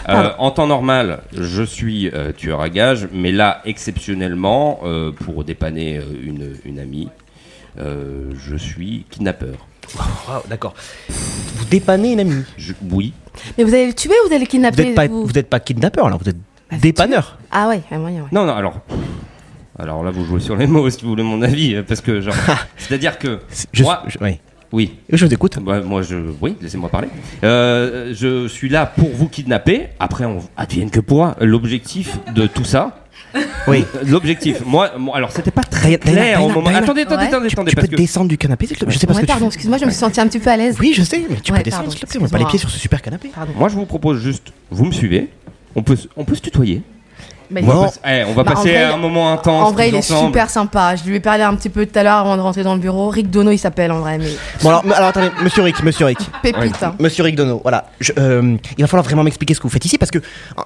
Speaker 9: euh, en temps normal, je suis euh, tueur à gage, mais là, exceptionnellement, euh, pour dépanner euh, une, une amie, euh, je suis kidnappeur.
Speaker 2: Wow, d'accord. Vous dépannez une amie
Speaker 9: Je- Oui.
Speaker 8: Mais vous allez le tuer ou vous allez le
Speaker 2: Vous
Speaker 8: kidnapper
Speaker 2: n'êtes pas,
Speaker 8: vous
Speaker 2: vous êtes pas kidnappeur là, vous êtes dépanneur.
Speaker 8: Ah ouais, ah ouais, ouais.
Speaker 9: Non, non. Alors, alors là, vous jouez sur les mots, si vous voulez mon avis, euh, parce que genre, c'est-à-dire que
Speaker 2: Je-
Speaker 9: moi,
Speaker 2: je- oui.
Speaker 9: Oui. Bah,
Speaker 2: Je vous écoute.
Speaker 9: moi, je. Oui, laissez-moi parler. Euh, je suis là pour vous kidnapper. Après, on advienne que pourra. L'objectif de tout ça. euh,
Speaker 2: Oui.
Speaker 9: L'objectif. Moi, moi- alors, c'était pas très clair
Speaker 2: Diana,
Speaker 9: au
Speaker 2: Diana,
Speaker 9: moment.
Speaker 2: Diana.
Speaker 9: attendez, attendez,
Speaker 8: Ouais.
Speaker 9: attendez, attendez.
Speaker 2: Tu peux
Speaker 9: parce que-
Speaker 2: descendre du canapé, s'il te plaît Je sais pas
Speaker 8: Ouais,
Speaker 2: ce que tu
Speaker 8: pardon, excuse-moi, je me suis sentie un petit peu à l'aise.
Speaker 2: Oui, je sais, mais tu peux descendre, s'il te plaît, on met pas les pieds sur ce super canapé.
Speaker 9: Moi, je vous propose juste. Vous me suivez. On peut, se- on peut se tutoyer.
Speaker 8: Mais
Speaker 9: on va,
Speaker 8: non.
Speaker 9: passer- eh, on va
Speaker 8: Bah, en
Speaker 9: passer
Speaker 8: vrai,
Speaker 9: un moment intense.
Speaker 8: En vrai, il
Speaker 9: tous
Speaker 8: est
Speaker 9: ensemble.
Speaker 8: super sympa. Je lui ai parlé un petit peu tout à l'heure avant de rentrer dans le bureau. Rick Dono, il s'appelle en vrai, mais.
Speaker 2: Bon alors, mais- alors attendez, monsieur Rick, monsieur Rick.
Speaker 8: Pépite, Ouais. hein.
Speaker 2: Monsieur Rick Dono, voilà. Je- euh, il va falloir vraiment m'expliquer ce que vous faites ici parce que,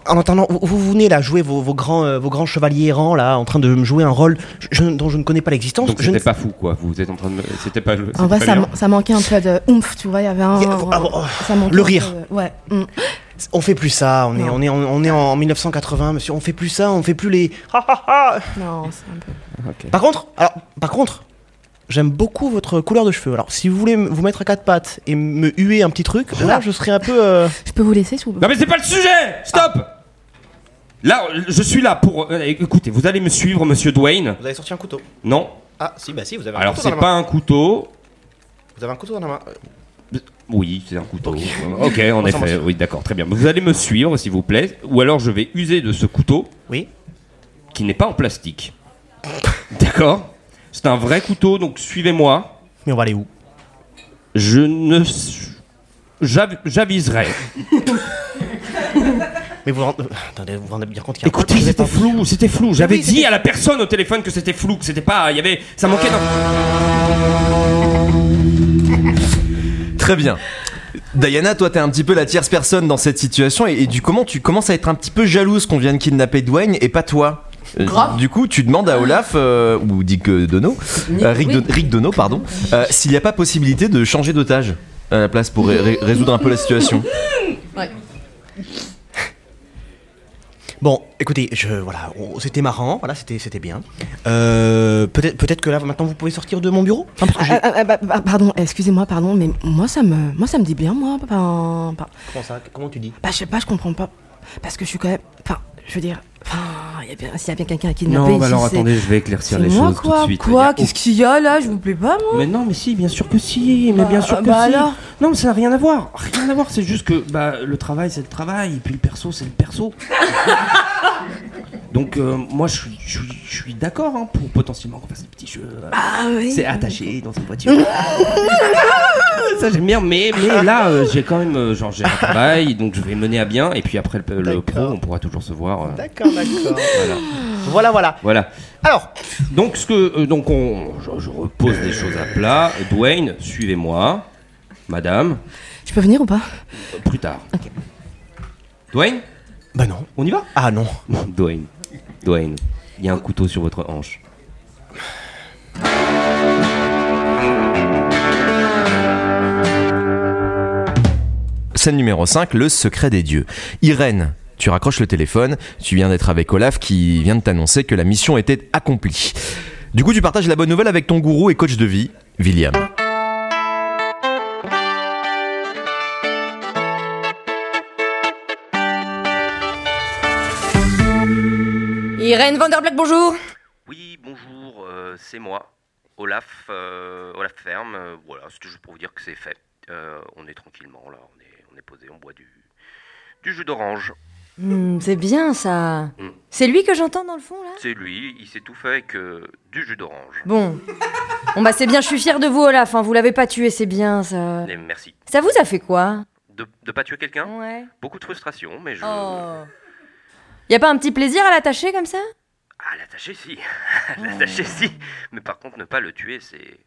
Speaker 2: en, en entendant, vous, vous venez là jouer vos, vos grands, euh, vos grands chevaliers errants là, en train de me jouer un rôle je- je- dont je ne connais pas l'existence.
Speaker 9: Donc,
Speaker 2: Je ne-
Speaker 9: c'était pas fou, quoi. Vous êtes en train de. me- C'était pas. le-
Speaker 8: En vrai,
Speaker 9: c'était
Speaker 8: ça,
Speaker 9: pas
Speaker 8: man- ça manquait un peu de oomph, tu vois. Il y ah, oh, avait un. euh, ça manquait
Speaker 2: le
Speaker 8: un peu
Speaker 2: rire.
Speaker 8: de- Ouais. mm.
Speaker 2: On fait plus ça, on est,
Speaker 8: Non.
Speaker 2: on, est, en- on est en 1980, monsieur, on fait plus ça, on fait plus les. Ah, ah, ah.
Speaker 8: Non, c'est un peu.
Speaker 2: Par contre, alors, par contre, j'aime beaucoup votre couleur de cheveux. Alors, si vous voulez m- vous mettre à quatre pattes et me huer un petit truc, là, je serais un peu. euh,
Speaker 8: Ah. Je peux vous laisser, s'il vous
Speaker 9: Non
Speaker 8: plaît
Speaker 9: mais c'est pas le sujet Stop
Speaker 2: Ah.
Speaker 9: Là, je suis là pour... euh, écoutez, vous allez me suivre, monsieur Dwayne.
Speaker 2: Vous avez sorti un couteau.
Speaker 9: Non.
Speaker 2: Ah, si, bah si, vous avez un
Speaker 9: Alors
Speaker 2: couteau
Speaker 9: c'est
Speaker 2: dans la
Speaker 9: pas
Speaker 2: main.
Speaker 9: un couteau.
Speaker 2: Vous avez un couteau dans la main. euh.
Speaker 9: Oui, c'est un couteau. Ok,
Speaker 2: On
Speaker 9: en
Speaker 2: s'en
Speaker 9: effet.
Speaker 2: marche.
Speaker 9: Oui, d'accord, très bien. Mais Vous allez me suivre, s'il vous plaît. Ou alors je vais user de ce couteau.
Speaker 2: Oui.
Speaker 9: Qui n'est pas en plastique. d'accord C'est un vrai couteau, donc suivez-moi.
Speaker 2: Mais on va aller où
Speaker 9: Je ne... s- j'av- J'aviserai.
Speaker 2: Mais vous rendez- attendez, vous vous rendez bien compte qu'il y a un
Speaker 9: Écoutez,
Speaker 2: couteau.
Speaker 9: c'était flou, c'était flou. J'avais
Speaker 2: Oui,
Speaker 9: dit à la personne au téléphone que c'était flou, que c'était pas, il y avait, ça manquait.
Speaker 2: Ah.
Speaker 1: Très bien. Diana, toi, t'es un petit peu la tierce personne dans cette situation et, et du comment tu commences à être un petit peu jalouse qu'on vienne kidnapper Dwayne et pas toi. Euh,
Speaker 13: Grave.
Speaker 1: Du coup, tu demandes à Olaf euh, ou Dick euh, Dono, euh, Rick,
Speaker 13: Oui.
Speaker 1: Don- Rick Dono, pardon, euh, s'il n'y a pas possibilité de changer d'otage à la place pour ré- ré- résoudre un peu la situation.
Speaker 13: Ouais.
Speaker 2: Bon, écoutez, je voilà, on- c'était marrant, voilà, c'était c'était bien. Euh, peut-être peut-être que là maintenant vous pouvez sortir de mon bureau. Hein, parce que j'ai-
Speaker 8: Ah, ah, ah, bah, bah, pardon, excusez-moi, pardon, mais moi ça me, moi ça me dit bien, moi. Enfin, par-
Speaker 2: Comment ça Comment tu dis
Speaker 8: Bah, je sais pas, je comprends pas. Parce que je suis quand même. Enfin, je veux dire. Enfin, il y a bien- s'il y a bien quelqu'un qui n'a pas ici, c'est-
Speaker 9: bah je vais éclaircir
Speaker 8: c'est moi, quoi. Quoi Qu'est-ce qu'il y a là Je vous plais pas, moi
Speaker 9: Mais non, mais si, bien sûr que si, mais
Speaker 8: Bah,
Speaker 9: bien sûr
Speaker 8: euh,
Speaker 9: que
Speaker 8: bah
Speaker 9: si.
Speaker 8: alors
Speaker 9: Non, mais ça n'a rien à voir. Rien à voir, c'est juste que bah, le travail, c'est le travail, et puis le perso, c'est le perso. Donc, euh, moi, je suis- je suis je suis d'accord hein, pour potentiellement qu'on fasse des petits jeux. euh,
Speaker 13: Ah oui.
Speaker 9: C'est attaché dans une voiture. ça, j'aime bien, mais, mais là, euh, j'ai quand même euh, genre, j'ai un travail, donc je vais mener à bien, et puis après le, le pro, on pourra toujours se voir. euh,
Speaker 2: D'accord, d'accord.
Speaker 9: voilà.
Speaker 2: voilà, voilà.
Speaker 9: Voilà.
Speaker 2: Alors.
Speaker 9: Donc ce que euh, donc on je, je repose les choses à plat. Dwayne, suivez-moi, Madame.
Speaker 8: Je peux venir ou pas
Speaker 9: euh, Plus tard. Dwayne.
Speaker 2: Bah non.
Speaker 9: On y va
Speaker 2: Ah non.
Speaker 9: Dwayne. Dwayne. Il y a un couteau sur votre hanche.
Speaker 1: Scène numéro 5, le secret des dieux. Irène, Tu raccroches le téléphone, tu viens d'être avec Olaf qui vient de t'annoncer que la mission était accomplie. Du coup, tu partages la bonne nouvelle avec ton gourou et coach de vie, William.
Speaker 12: Irène Vanderblack, bonjour.
Speaker 9: Oui, bonjour, euh, c'est moi, Olaf, euh, Olaf Ferme. euh, voilà, c'est juste pour vous dire que c'est fait. Euh, on est tranquillement là, on est, on est posé, on boit du, du jus d'orange.
Speaker 12: Hmm, c'est bien ça.
Speaker 9: Hmm.
Speaker 12: C'est lui que j'entends dans le fond là
Speaker 9: C'est lui, il s'est tout fait avec euh, du jus d'orange.
Speaker 12: Bon. Bon bah c'est bien, je suis fière de vous Olaf, hein, vous l'avez pas tué, c'est bien ça.
Speaker 9: Et merci.
Speaker 12: Ça vous a fait quoi
Speaker 9: De, de pas tuer quelqu'un
Speaker 12: Ouais.
Speaker 9: Beaucoup de frustration, mais je.
Speaker 12: Oh. Y a pas un petit plaisir à l'attacher comme ça
Speaker 9: Ah, l'attacher, si. l'attacher, si. Mais par contre, ne pas le tuer, c'est.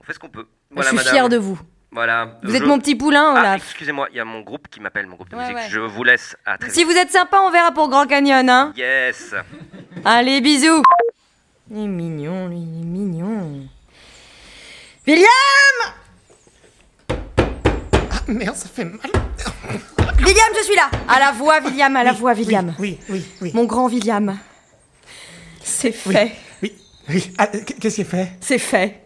Speaker 9: On fait ce qu'on peut. Voilà,
Speaker 12: Je suis
Speaker 9: madame.
Speaker 12: fière de vous.
Speaker 9: Voilà.
Speaker 12: Vous
Speaker 9: je-
Speaker 12: êtes mon petit poulain,
Speaker 9: Ah,
Speaker 12: Olaf.
Speaker 9: Excusez-moi, il y a mon groupe qui m'appelle, mon groupe de
Speaker 12: Ouais,
Speaker 9: musique.
Speaker 12: ouais.
Speaker 9: Je vous laisse à Ah, très
Speaker 12: Si vous êtes sympa, on verra pour Grand Canyon, hein
Speaker 9: Yes.
Speaker 12: Allez, bisous Il est mignon, lui, il est mignon. William
Speaker 6: Ah, Merde, ça fait mal.
Speaker 12: William, je suis là À la voix, William, à la voix, William.
Speaker 6: Oui, oui, oui.
Speaker 12: Mon grand William. C'est fait.
Speaker 6: Oui, ah, qu- qu'est-ce qui est fait
Speaker 12: C'est fait.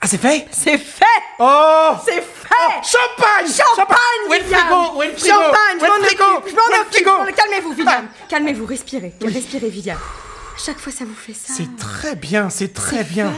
Speaker 6: Ah, c'est fait
Speaker 12: C'est fait
Speaker 6: Oh
Speaker 12: C'est fait
Speaker 6: Champagne
Speaker 12: Champagne,
Speaker 6: Où est le
Speaker 12: William
Speaker 6: frigo Où est le frigo
Speaker 12: Champagne,
Speaker 6: Où est
Speaker 12: je
Speaker 6: le
Speaker 12: m'en
Speaker 6: frigo
Speaker 12: occupe, je m'en
Speaker 6: Où est le
Speaker 12: occupe.
Speaker 6: frigo Ah.
Speaker 12: Bon, Calmez-vous, William. Calmez-vous, respirez. Respirez, William. Chaque fois, ça vous fait ça.
Speaker 6: C'est très bien, c'est très bien.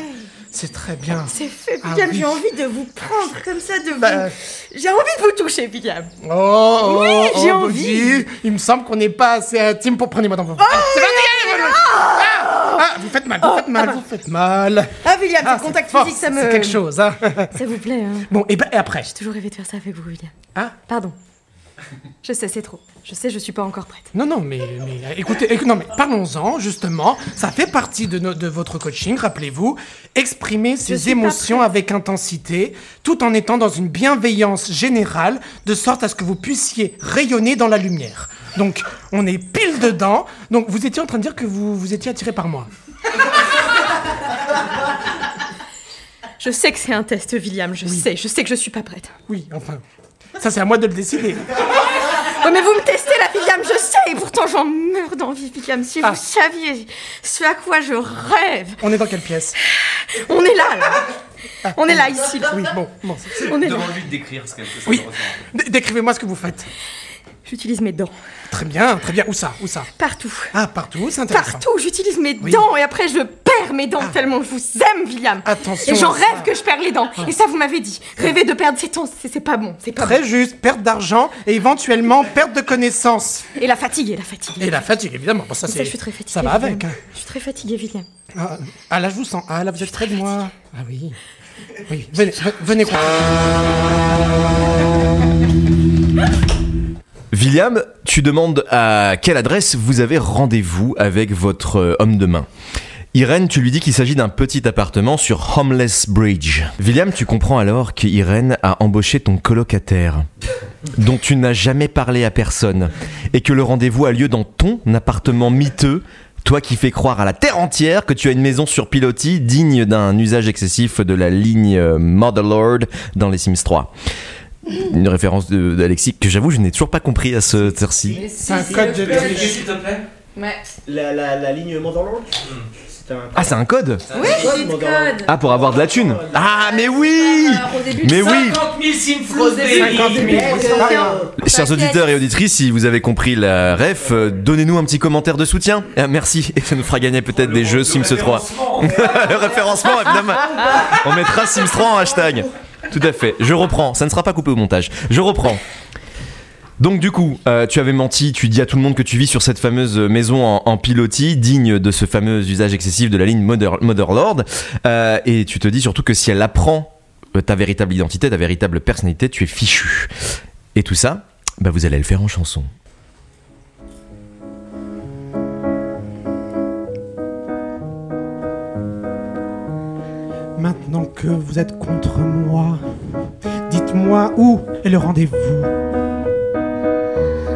Speaker 6: C'est très bien.
Speaker 12: C'est fait,
Speaker 6: Ah
Speaker 12: William.
Speaker 6: oui.
Speaker 12: J'ai envie de vous prendre comme ça, de vous.
Speaker 6: Bah.
Speaker 12: J'ai envie de vous toucher, William.
Speaker 6: Oh, oh,
Speaker 12: Oui,
Speaker 6: oh,
Speaker 12: j'ai
Speaker 6: Bobby,
Speaker 12: envie.
Speaker 6: Il me semble qu'on n'est pas assez intime pour prendre les mains dans
Speaker 10: Oh,
Speaker 6: vos. Ah, c'est parti, allez, allez, allez. Ah, ah, vous faites mal, vous faites mal, vous faites mal.
Speaker 12: Ah, William,
Speaker 6: Ah,
Speaker 12: ce
Speaker 6: c'est
Speaker 12: contact
Speaker 6: fort,
Speaker 12: physique, ça me.
Speaker 6: C'est quelque chose, hein.
Speaker 12: Ça vous plaît, hein
Speaker 6: Bon, et, ben, et après
Speaker 12: J'ai toujours rêvé de faire ça avec vous, William.
Speaker 6: Ah
Speaker 12: Pardon. Je sais, c'est trop. Je sais, je suis pas encore prête.
Speaker 6: Non, non, mais, mais, euh, écoutez, éc- non, mais parlons-en, justement. Ça fait partie de, no- de votre coaching, rappelez-vous. Exprimer ses émotions avec intensité, tout en étant dans une bienveillance générale, de sorte à ce que vous puissiez rayonner dans la lumière. Donc, on est pile dedans. Donc, vous étiez en train de dire que vous, vous étiez attiré par moi.
Speaker 10: Je sais que c'est un test, William, je sais, je sais que je suis pas prête.
Speaker 6: Oui, enfin. Ça, c'est à moi de le décider.
Speaker 10: Oh, mais vous me testez là, William, je sais, et pourtant j'en meurs d'envie, William.
Speaker 6: Ah.
Speaker 10: Si vous saviez ce à quoi je rêve.
Speaker 6: On est dans quelle pièce
Speaker 10: On est là, là. On est là, ici, là.
Speaker 6: Oui, bon, bon. c'est- c'est-
Speaker 10: On est là.
Speaker 11: de décrire ce qu'elle fait.
Speaker 6: Oui. D- Décrivez-moi ce que vous faites.
Speaker 10: J'utilise mes dents.
Speaker 6: Très bien, très bien. Où ça Où ça
Speaker 10: Partout.
Speaker 6: Ah, partout, c'est intéressant. Ah.
Speaker 10: Partout, j'utilise mes dents et après je perds mes dents tellement je vous aime, William.
Speaker 6: Attention
Speaker 10: Et j'en
Speaker 6: à ça.
Speaker 10: rêve que je perds les dents. Et ça, vous m'avez dit. Rêver de perdre ses dents, c'est c'est pas bon. C'est pas
Speaker 6: Très
Speaker 10: bon.
Speaker 6: juste, perte d'argent et éventuellement perte de connaissances.
Speaker 10: Et la fatigue, et la fatigue.
Speaker 6: Et la fatigue, évidemment. Bon, ça,
Speaker 10: Mais
Speaker 6: c'est-
Speaker 10: je suis très fatiguée.
Speaker 6: Ça va avec.
Speaker 10: William.
Speaker 6: hein.
Speaker 10: Je suis très fatiguée, William.
Speaker 6: Ah, ah, là, je vous sens. Ah là, vous êtes près de moi. Ah oui. Oui, venez, ve- venez quoi.
Speaker 1: William, tu demandes à quelle adresse vous avez rendez-vous avec votre euh, homme de main. Irène, tu lui dis qu'il s'agit d'un petit appartement sur Homeless Bridge. William, tu comprends alors qu'Irène a embauché ton colocataire, dont tu n'as jamais parlé à personne, et que le rendez-vous a lieu dans ton appartement miteux, toi qui fais croire à la terre entière que tu as une maison sur pilotis digne d'un usage excessif de la ligne euh, Motherlord dans les Sims 3. Une référence de- d'Alexis que j'avoue, je n'ai toujours pas compris à ce terci.
Speaker 6: C'est un code de
Speaker 11: S'il te plaît.
Speaker 14: Ouais.
Speaker 2: La, la, la ligne Mandarland C'est un.
Speaker 1: Ah, c'est un code
Speaker 14: Oui, c'est le code.
Speaker 1: Ah, pour avoir de la thune Ah, mais oui Mais oui
Speaker 11: 000 Simflous,
Speaker 14: Rose
Speaker 11: baby.
Speaker 14: Baby. 50 000.
Speaker 1: Chers auditeurs et auditrices, si vous avez compris la ref, euh, donnez-nous un petit commentaire de soutien. Ah, merci, et ça nous fera gagner peut-être des jeux Sims 3. le référencement, évidemment. On mettra Sims 3 en hashtag. Tout à fait. Je reprends. Ça ne sera pas coupé au montage. Je reprends. Donc du coup, euh, tu avais menti, tu dis à tout le monde que tu vis sur cette fameuse maison en, en pilotis, digne de ce fameux usage excessif de la ligne Mother- Motherlord, Euh, et tu te dis surtout que si elle apprend euh, ta véritable identité, ta véritable personnalité, tu es fichu. Et tout ça, bah, vous allez le faire en chanson.
Speaker 6: Maintenant que vous êtes contre moi, dites-moi où est le rendez-vous.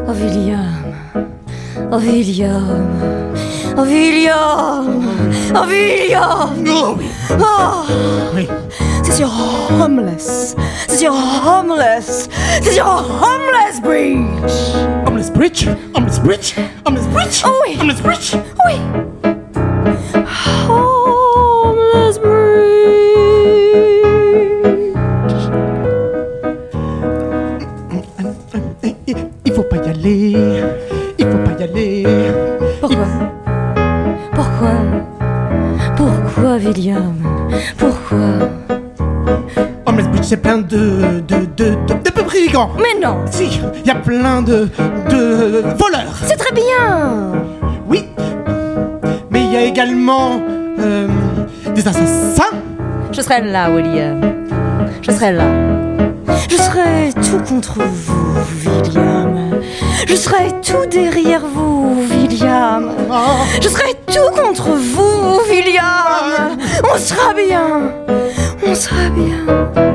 Speaker 12: Oh William, oh William, oh William, oh William. Oh. C'est sur homeless, c'est sur homeless, c'est sur homeless bridge.
Speaker 6: Homeless Bridge Oh, Miss Bridge Oh, Miss Bridge Oh, oui Oh, Miss Bridge
Speaker 11: Oui Homeless
Speaker 6: Il faut pas y aller. Il faut pas y aller.
Speaker 11: Pourquoi Pourquoi Pourquoi, William Pourquoi
Speaker 6: Oh, Miss Bridge, c'est plein de. de. de. de, de peu brigands
Speaker 11: Mais non
Speaker 6: Si, il y a plein de. de. voleurs
Speaker 11: C'est très bien
Speaker 6: Mais il y a également. euh, des assassins
Speaker 11: Je serai là, William. Je serai là. Je serai tout contre vous, William. Je serai tout derrière vous, William. Je serai tout contre vous, William. On sera bien. On sera bien.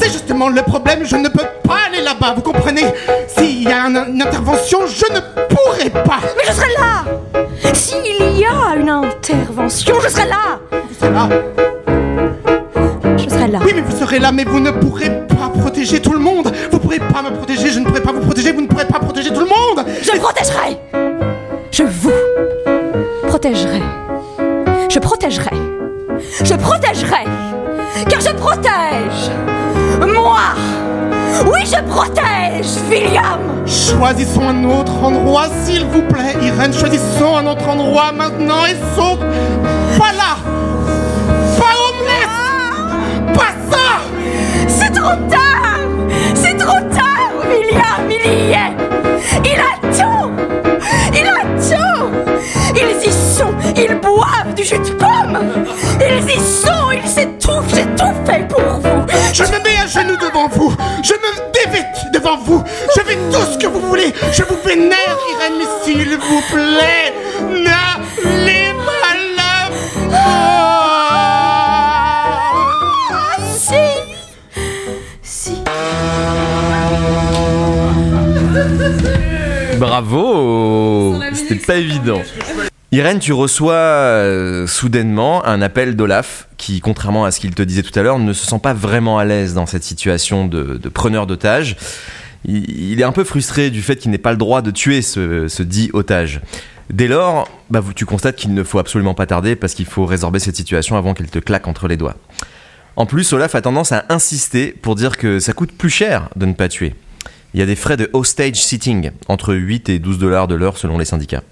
Speaker 6: C'est justement le problème, je ne peux pas aller là-bas, vous comprenez S'il y a un- une intervention, je ne pourrai pas
Speaker 11: Mais je serai là S'il y a une intervention, je serai là
Speaker 6: Vous serez là
Speaker 11: Je serai là.
Speaker 6: Oui, mais vous serez là, mais vous ne pourrez pas protéger tout le monde Vous ne pourrez pas me protéger, je ne pourrai pas vous protéger, vous ne pourrez pas protéger tout le monde
Speaker 11: Je le protégerai Je vous protégerai. Je protégerai. Je protégerai. Car je protège. Moi. Oui, je protège, William.
Speaker 6: Choisissons un autre endroit, s'il vous plaît, Irène, choisissons un autre endroit maintenant et saute Pas là Pas
Speaker 11: Ah.
Speaker 6: homeless Pas ça
Speaker 11: C'est trop tard. C'est trop tard, William. Il y est. Il a tout. Il a tout. Ils y sont. Ils boivent du jus de pomme. Ils y sont. Ils s'étouffent. J'ai tout fait pour vous.
Speaker 6: Je me mets à genoux devant vous Je me dévite devant vous Je fais tout ce que vous voulez Je vous vénère, Irène, mais s'il vous plaît, n'allez pas là-bas
Speaker 11: Ah, Si Si
Speaker 1: Bravo C'était pas évident. Irène, tu reçois euh, soudainement un appel d'Olaf qui, contrairement à ce qu'il te disait tout à l'heure, ne se sent pas vraiment à l'aise dans cette situation de, de preneur d'otage. Il, il est un peu frustré du fait qu'il n'ait pas le droit de tuer ce, ce dit otage. Dès lors, bah, vous- tu constates qu'il ne faut absolument pas tarder parce qu'il faut résorber cette situation avant qu'elle te claque entre les doigts. En plus, Olaf a tendance à insister pour dire que ça coûte plus cher de ne pas tuer. Il y a des frais de hostage sitting, entre 8 et 12 dollars de l'heure selon les syndicats.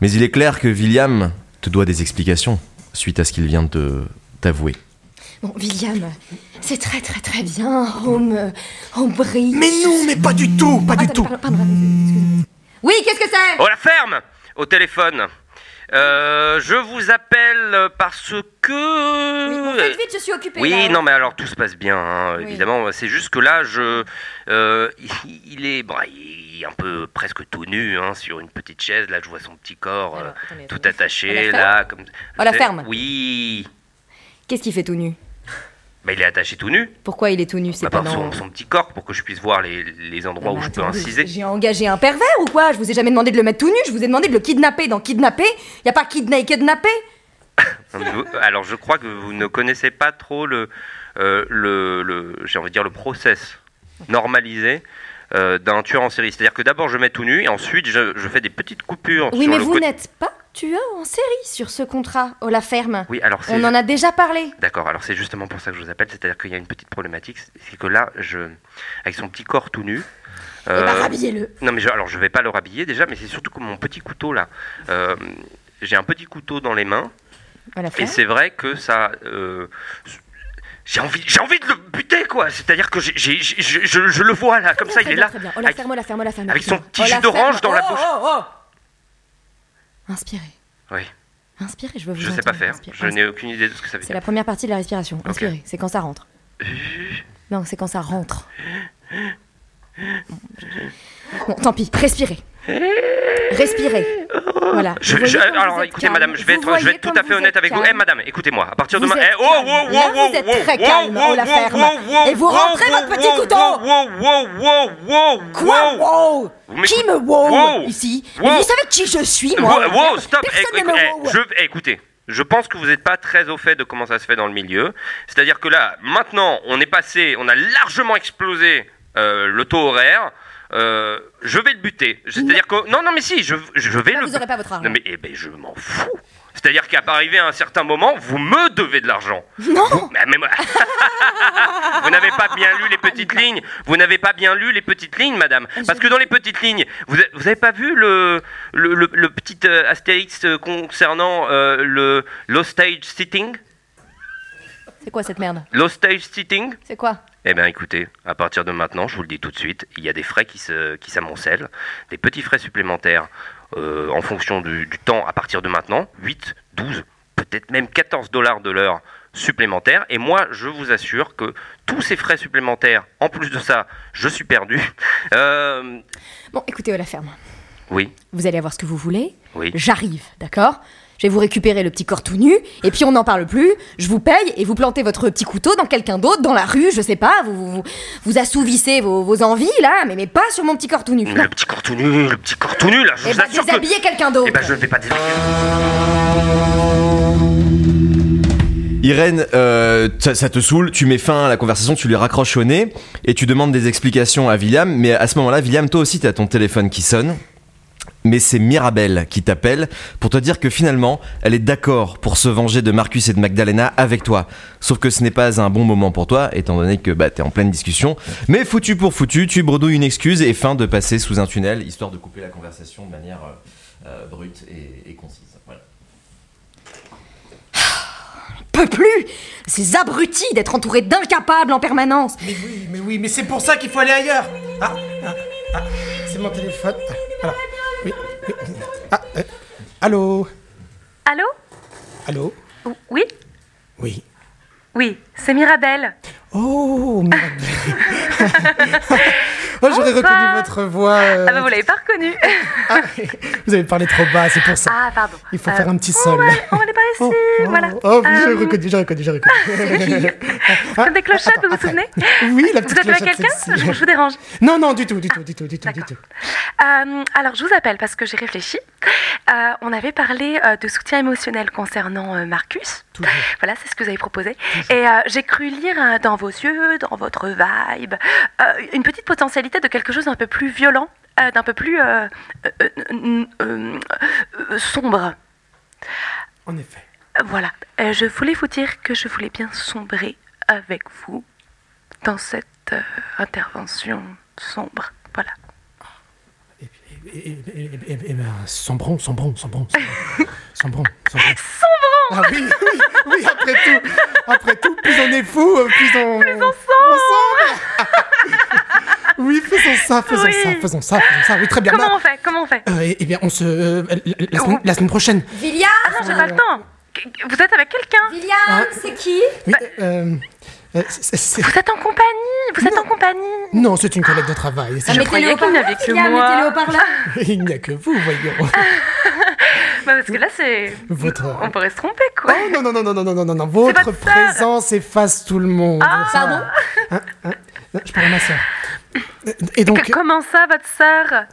Speaker 1: Mais il est clair que William te doit des explications suite à ce qu'il vient de te- t'avouer.
Speaker 4: Bon, William, c'est très très très bien, home, euh, home bridge.
Speaker 6: Mais non, mais pas du tout, pas
Speaker 4: du tout. Oui, qu'est-ce que c'est
Speaker 9: Oh la ferme Au téléphone. Euh, je vous appelle parce que...
Speaker 4: Faites vite, je suis occupée.
Speaker 9: Oui,
Speaker 4: là.
Speaker 9: non, mais alors tout se passe bien, hein, évidemment. C'est juste que là, je, euh, il est, bah, il est un peu presque tout nu hein, sur une petite chaise. Là, je vois son petit corps euh, tout attaché,
Speaker 4: On la
Speaker 9: là,
Speaker 4: ferme
Speaker 9: comme.
Speaker 4: On la
Speaker 9: C'est-
Speaker 4: ferme
Speaker 9: Oui,
Speaker 4: Qu'est-ce qu'il fait tout nu
Speaker 9: bah, il est attaché tout nu.
Speaker 4: Pourquoi il est tout nu C'est
Speaker 9: Bah,
Speaker 4: pas
Speaker 9: par
Speaker 4: dans.
Speaker 9: son, son petit corps pour que je puisse voir les, les endroits où je peux
Speaker 4: Attendez,
Speaker 9: inciser.
Speaker 4: J'ai engagé un pervers ou quoi Je vous ai jamais demandé de le mettre tout nu, je vous ai demandé de le kidnapper. Dans kidnapper, y a pas kidnapper, kidnapper
Speaker 9: Vous- Alors, je crois que vous ne connaissez pas trop le, euh, le, le- j'ai envie de dire le process normalisé euh, d'un tueur en série. C'est-à-dire que d'abord je mets tout nu et ensuite je, je fais des petites coupures.
Speaker 4: Oui,
Speaker 9: sur
Speaker 4: mais
Speaker 9: le
Speaker 4: vous
Speaker 9: côté-
Speaker 4: n'êtes pas tueur en série sur ce contrat, oh la ferme.
Speaker 9: Oui, alors c'est.
Speaker 4: On en a déjà parlé.
Speaker 9: D'accord. Alors c'est justement pour ça que je vous appelle. C'est-à-dire qu'il y a une petite problématique, c'est que là, je, avec son petit corps tout nu. euh,
Speaker 4: bah, rhabillez-le.
Speaker 9: Non, mais je, alors je vais pas le rhabiller déjà, mais c'est surtout que mon petit couteau là. euh, j'ai un petit couteau dans les mains.
Speaker 4: Oh la
Speaker 9: Et
Speaker 4: ferme.
Speaker 9: c'est vrai que ça. euh, j'ai envie, j'ai envie de le buter, quoi. C'est-à-dire que j'ai, j'ai- j'ai- je, je- je le vois là, comme ça, il
Speaker 4: Très
Speaker 9: est
Speaker 4: bien,
Speaker 9: là.
Speaker 4: très bien. Oh la ferme, oh la ferme, oh la ferme.
Speaker 9: avec son petit
Speaker 4: Oh, la
Speaker 9: jus d'orange
Speaker 4: ferme.
Speaker 9: dans la
Speaker 4: Oh,
Speaker 9: bouche.
Speaker 4: oh, oh. Inspirez,
Speaker 9: Oui,
Speaker 4: inspirez, je veux vous
Speaker 9: je sais
Speaker 4: entendre.
Speaker 9: pas faire.
Speaker 4: Inspire-
Speaker 9: Je n'ai aucune idée de ce que ça veut
Speaker 4: C'est
Speaker 9: dire.
Speaker 4: la première partie de la respiration. Inspirez, c'est quand ça rentre. Non, c'est quand ça rentre. Bon, tant pis, respirez. Respirez. Voilà.
Speaker 9: Je-
Speaker 4: Vous voyez
Speaker 9: je-
Speaker 4: comme vous
Speaker 9: alors,
Speaker 4: êtes
Speaker 9: écoutez,
Speaker 4: calme.
Speaker 9: madame, je vais
Speaker 4: Vous
Speaker 9: être, je vais
Speaker 4: voyez
Speaker 9: être tout
Speaker 4: comme
Speaker 9: à fait
Speaker 4: vous
Speaker 9: honnête
Speaker 4: êtes
Speaker 9: avec vous.
Speaker 4: calme.
Speaker 9: Eh, madame, écoutez, moi, à partir de
Speaker 4: Vous
Speaker 9: demain.
Speaker 4: êtes
Speaker 9: eh, oh,
Speaker 4: calme.
Speaker 9: oh,
Speaker 4: Là,
Speaker 9: oh,
Speaker 4: vous êtes
Speaker 9: oh,
Speaker 4: très
Speaker 9: oh,
Speaker 4: calme,
Speaker 9: oh,
Speaker 4: on la
Speaker 9: oh,
Speaker 4: ferme.
Speaker 9: oh,
Speaker 4: Et vous
Speaker 9: oh,
Speaker 4: rentrez
Speaker 9: oh,
Speaker 4: votre petit
Speaker 9: oh,
Speaker 4: couteau.
Speaker 9: oh, oh, oh, oh, oh,
Speaker 4: Quoi, wow
Speaker 9: Vous
Speaker 4: Qui
Speaker 9: m'écoutez
Speaker 4: me wow,
Speaker 9: Wow.
Speaker 4: ici
Speaker 9: Wow.
Speaker 4: Mais vous savez qui je suis, moi
Speaker 9: Wow, wow, stop
Speaker 4: Personne
Speaker 9: Eh,
Speaker 4: ne me
Speaker 9: eh,
Speaker 4: wow.
Speaker 9: je- eh, Écoutez, je pense que vous n'êtes pas très au fait de comment ça se fait dans le milieu. C'est-à-dire que là, maintenant, on est passé, on a largement explosé euh, le taux horaire. euh, je vais le buter. C'est-à-dire que non, non, mais si, je, je vais
Speaker 12: Bah,
Speaker 9: le.
Speaker 12: vous aurez pas votre argent.
Speaker 9: Non mais eh ben je m'en fous. C'est-à-dire qu'à arriver à un certain moment, vous me devez de l'argent. Bah,
Speaker 12: Non
Speaker 9: Mais- mais moi- vous n'avez pas bien lu les petites lignes. Vous n'avez pas bien lu les petites lignes, madame. Parce que dans les petites lignes, vous n'avez pas vu le, le, le- le petit euh, astérix euh, concernant euh, le l'hostage sitting
Speaker 12: C'est quoi cette merde
Speaker 9: L'hostage sitting
Speaker 12: C'est quoi
Speaker 9: eh bien écoutez, à partir de maintenant, je vous le dis tout de suite, il y a des frais qui se- qui s'amoncellent, des petits frais supplémentaires euh, en fonction du, du temps à partir de maintenant, 8, 12, peut-être même 14 dollars de l'heure supplémentaires. Et moi, je vous assure que tous ces frais supplémentaires, en plus de ça, je suis perdu. Euh,
Speaker 12: Bon, écoutez, à la ferme.
Speaker 9: oui,
Speaker 12: Vous allez avoir ce que vous voulez.
Speaker 9: Oui.
Speaker 12: J'arrive, d'accord Je vais vous récupérer le petit corps tout nu, et puis on n'en parle plus. Je vous paye, et vous plantez votre petit couteau dans quelqu'un d'autre, dans la rue, je sais pas. Vous, vous, vous assouvissez vos, vos envies, là, mais, mais pas sur mon petit corps tout nu.
Speaker 9: le petit corps tout nu, le petit corps tout nu, là, je
Speaker 12: Eh
Speaker 9: vous
Speaker 12: ben,
Speaker 9: assure
Speaker 12: déshabillez
Speaker 9: que...
Speaker 12: quelqu'un d'autre.
Speaker 9: Eh ben, je ne vais pas déshabiller.
Speaker 1: Irène, euh, ça, ça te saoule, tu mets fin à la conversation, tu lui raccroches au nez et tu demandes des explications à William. Mais à ce moment-là, William, toi aussi, t'as ton téléphone qui sonne. Mais c'est Mirabelle qui t'appelle pour te dire que finalement, elle est d'accord pour se venger de Marcus et de Magdalena avec toi. Sauf que ce n'est pas un bon moment pour toi, étant donné que bah, t'es en pleine discussion. Mais foutu pour foutu, tu bredouilles une excuse et fin de passer sous un tunnel, histoire de couper la conversation de manière euh, euh, brute et, et concise. Voilà.
Speaker 12: peux plus Ces abrutis d'être entourés d'incapables en permanence.
Speaker 6: Mais oui, mais oui, mais c'est pour ça qu'il faut aller ailleurs. Ah, ah, ah, c'est mon téléphone. Alors, oui, oui. Ah, euh, allô,
Speaker 10: Allô
Speaker 6: allô.
Speaker 10: Oui
Speaker 6: Oui.
Speaker 10: Oui, c'est Mirabelle.
Speaker 6: Oh, merde. oh, j'aurais
Speaker 10: Bonsoir.
Speaker 6: reconnu votre voix. euh, Ah,
Speaker 10: Ah bah vous l'avez pas reconnue.
Speaker 6: vous avez parlé trop bas, c'est pour ça.
Speaker 10: Ah pardon.
Speaker 6: Il faut
Speaker 10: Euh,
Speaker 6: faire un petit sol.
Speaker 10: On n'est pas ici, voilà.
Speaker 6: Oh, j'ai
Speaker 10: Euh,
Speaker 6: reconnu, j'ai reconnu, j'ai reconnu.
Speaker 10: Comme des clochettes, vous vous souvenez
Speaker 6: Ah, Oui, la
Speaker 10: Vous
Speaker 6: petite
Speaker 10: appelez à
Speaker 6: clochette
Speaker 10: quelqu'un
Speaker 6: sexy.
Speaker 10: je, je vous dérange.
Speaker 6: Non, non, du tout, du tout, du tout, du tout, du tout.
Speaker 10: Euh, alors, je vous appelle parce que j'ai réfléchi. Euh, on avait parlé euh, de soutien émotionnel concernant euh, Marcus. Voilà, c'est ce que vous avez proposé. Et euh, j'ai cru lire euh, dans vos yeux, dans votre vibe, euh, une petite potentialité de quelque chose d'un peu plus violent, euh, d'un peu plus euh, euh, euh, euh, euh, euh, sombre.
Speaker 6: En effet.
Speaker 10: Voilà. Euh, je voulais vous dire que je voulais bien sombrer avec vous dans cette euh, intervention sombre. Voilà.
Speaker 6: Eh, eh, eh, eh, eh ben, sombrons, sombrons, sombrons, sombrons, sombrons, sombrons.
Speaker 10: Sombrons
Speaker 6: Ah oui, oui, oui, après tout, après tout, plus on est fou, euh, plus on... Plus on Oui, faisons ça, faisons
Speaker 10: Oui.
Speaker 6: ça, faisons ça, faisons ça, oui, très bien.
Speaker 10: Comment
Speaker 6: Non,
Speaker 10: on fait Comment on fait
Speaker 6: euh, eh- eh bien, on se... euh, la- la, semaine, la semaine prochaine.
Speaker 10: Villiard Ah non, j'ai pas le temps Qu- Vous êtes avec quelqu'un
Speaker 6: Ah.
Speaker 10: Villiard,
Speaker 12: c'est qui
Speaker 6: Oui, euh, euh, c'est- c'est-
Speaker 10: Bah, Vous êtes en compagnie Vous êtes en compagnie Ah,
Speaker 6: Non, c'est une collègue de travail. c'est-
Speaker 10: Je croyais qu'il n'y avait que moi.
Speaker 6: Il n'y a que vous, voyons.
Speaker 10: Bah, parce que là, c'est.
Speaker 6: Votre-
Speaker 10: Ah, On pourrait se tromper, quoi.
Speaker 6: Oh non, non, non, non, non, non, non, non, non, votre présence efface tout le monde.
Speaker 10: Ah.
Speaker 6: Ça va.
Speaker 10: Pardon
Speaker 6: Hein, hein, non, Je parle à ma soeur. Et donc,
Speaker 10: Que- comment ça, votre sœur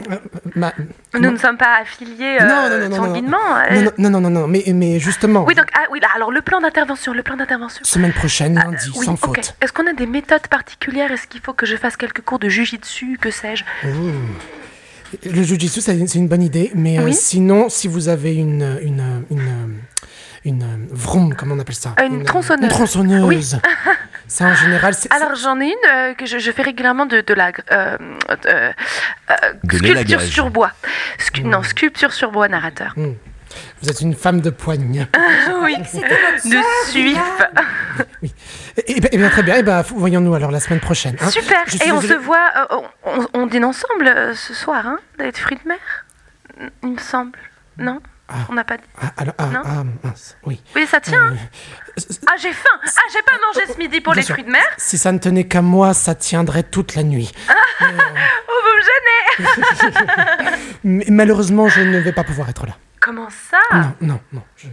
Speaker 6: ma-
Speaker 10: Nous ne sommes pas affiliés euh,
Speaker 6: non, non, non, non, non,
Speaker 10: sanguinement. euh.
Speaker 6: non, non, non, non, non, non, mais, mais justement,
Speaker 10: Oui, donc, ah, oui, là, alors le plan d'intervention, le plan d'intervention.
Speaker 6: semaine prochaine, lundi,
Speaker 10: Ah, euh, Oui,
Speaker 6: sans
Speaker 10: ok.
Speaker 6: faute.
Speaker 10: Est-ce qu'on a des méthodes particulières Est-ce qu'il faut que je fasse quelques cours de jujitsu Que sais-je
Speaker 6: Ouh. Le jujitsu, c'est c'est une bonne idée, mais euh,
Speaker 10: Oui.
Speaker 6: sinon, si vous avez une, une, une, une, euh, vroom, comment on appelle ça
Speaker 10: Euh, Une tronçonneuse.
Speaker 6: Une tronçonneuse. Ça, en général, c'est...
Speaker 10: Alors j'en ai une euh, que je, je fais régulièrement de, de la euh, euh, euh,
Speaker 6: De
Speaker 10: sculpture
Speaker 6: l'élagage.
Speaker 10: sur bois. Scu- Non, sculpture sur bois narrateur.
Speaker 6: Hmm. Vous êtes une femme de poigne.
Speaker 10: oui, de suif.
Speaker 6: Eh bien, eh bien, très bien. Eh bien, voyons-nous alors la semaine prochaine. hein.
Speaker 10: Super.
Speaker 6: Je suis
Speaker 10: Et on se
Speaker 6: désolé.
Speaker 10: voit, euh, on, on- on dîne ensemble euh, ce soir, hein Des fruits de mer, il me semble. Non On n'a pas dit.
Speaker 6: Ah, alors, ah,
Speaker 10: Non
Speaker 6: ah, mince, oui. Euh,
Speaker 10: Oui, ça tient. hein Ah, j'ai faim. Ah, j'ai pas mangé ce midi pour
Speaker 6: Bien
Speaker 10: les
Speaker 6: sûr.
Speaker 10: fruits de mer.
Speaker 6: Si ça ne tenait qu'à moi, ça tiendrait toute la nuit.
Speaker 10: Ah, oh, vous me gênez.
Speaker 6: Mais malheureusement, je ne vais pas pouvoir être là.
Speaker 10: Comment ça
Speaker 6: Non, non, non. je-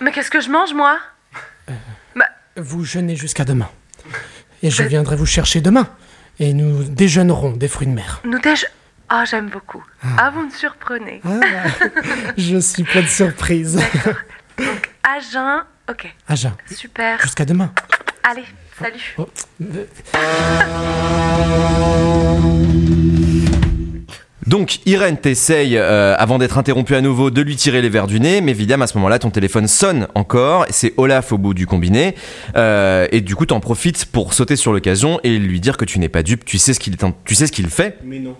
Speaker 10: Mais qu'est-ce que je mange moi
Speaker 6: Vous jeûnez jusqu'à demain. Et je viendrai vous chercher demain. Et nous déjeunerons des fruits de mer.
Speaker 10: Nous déje... Ah, j'aime beaucoup. Ah, vous me surprenez.
Speaker 6: Ah. Je suis plein de surprises.
Speaker 10: À jeun, ok.
Speaker 6: À jeun.
Speaker 10: Super.
Speaker 6: Jusqu'à Euh, demain.
Speaker 10: Allez, salut.
Speaker 6: Oh, euh,
Speaker 1: Donc Irène t'essaye, euh, avant d'être interrompue à nouveau, de lui tirer les verres du nez, mais évidemment à ce moment-là, ton téléphone sonne encore, c'est Olaf au bout du combiné, euh, et du coup t'en profites pour sauter sur l'occasion et lui dire que tu n'es pas dupe, tu sais ce qu'il est en- tu sais ce qu'il fait,
Speaker 2: Mais non.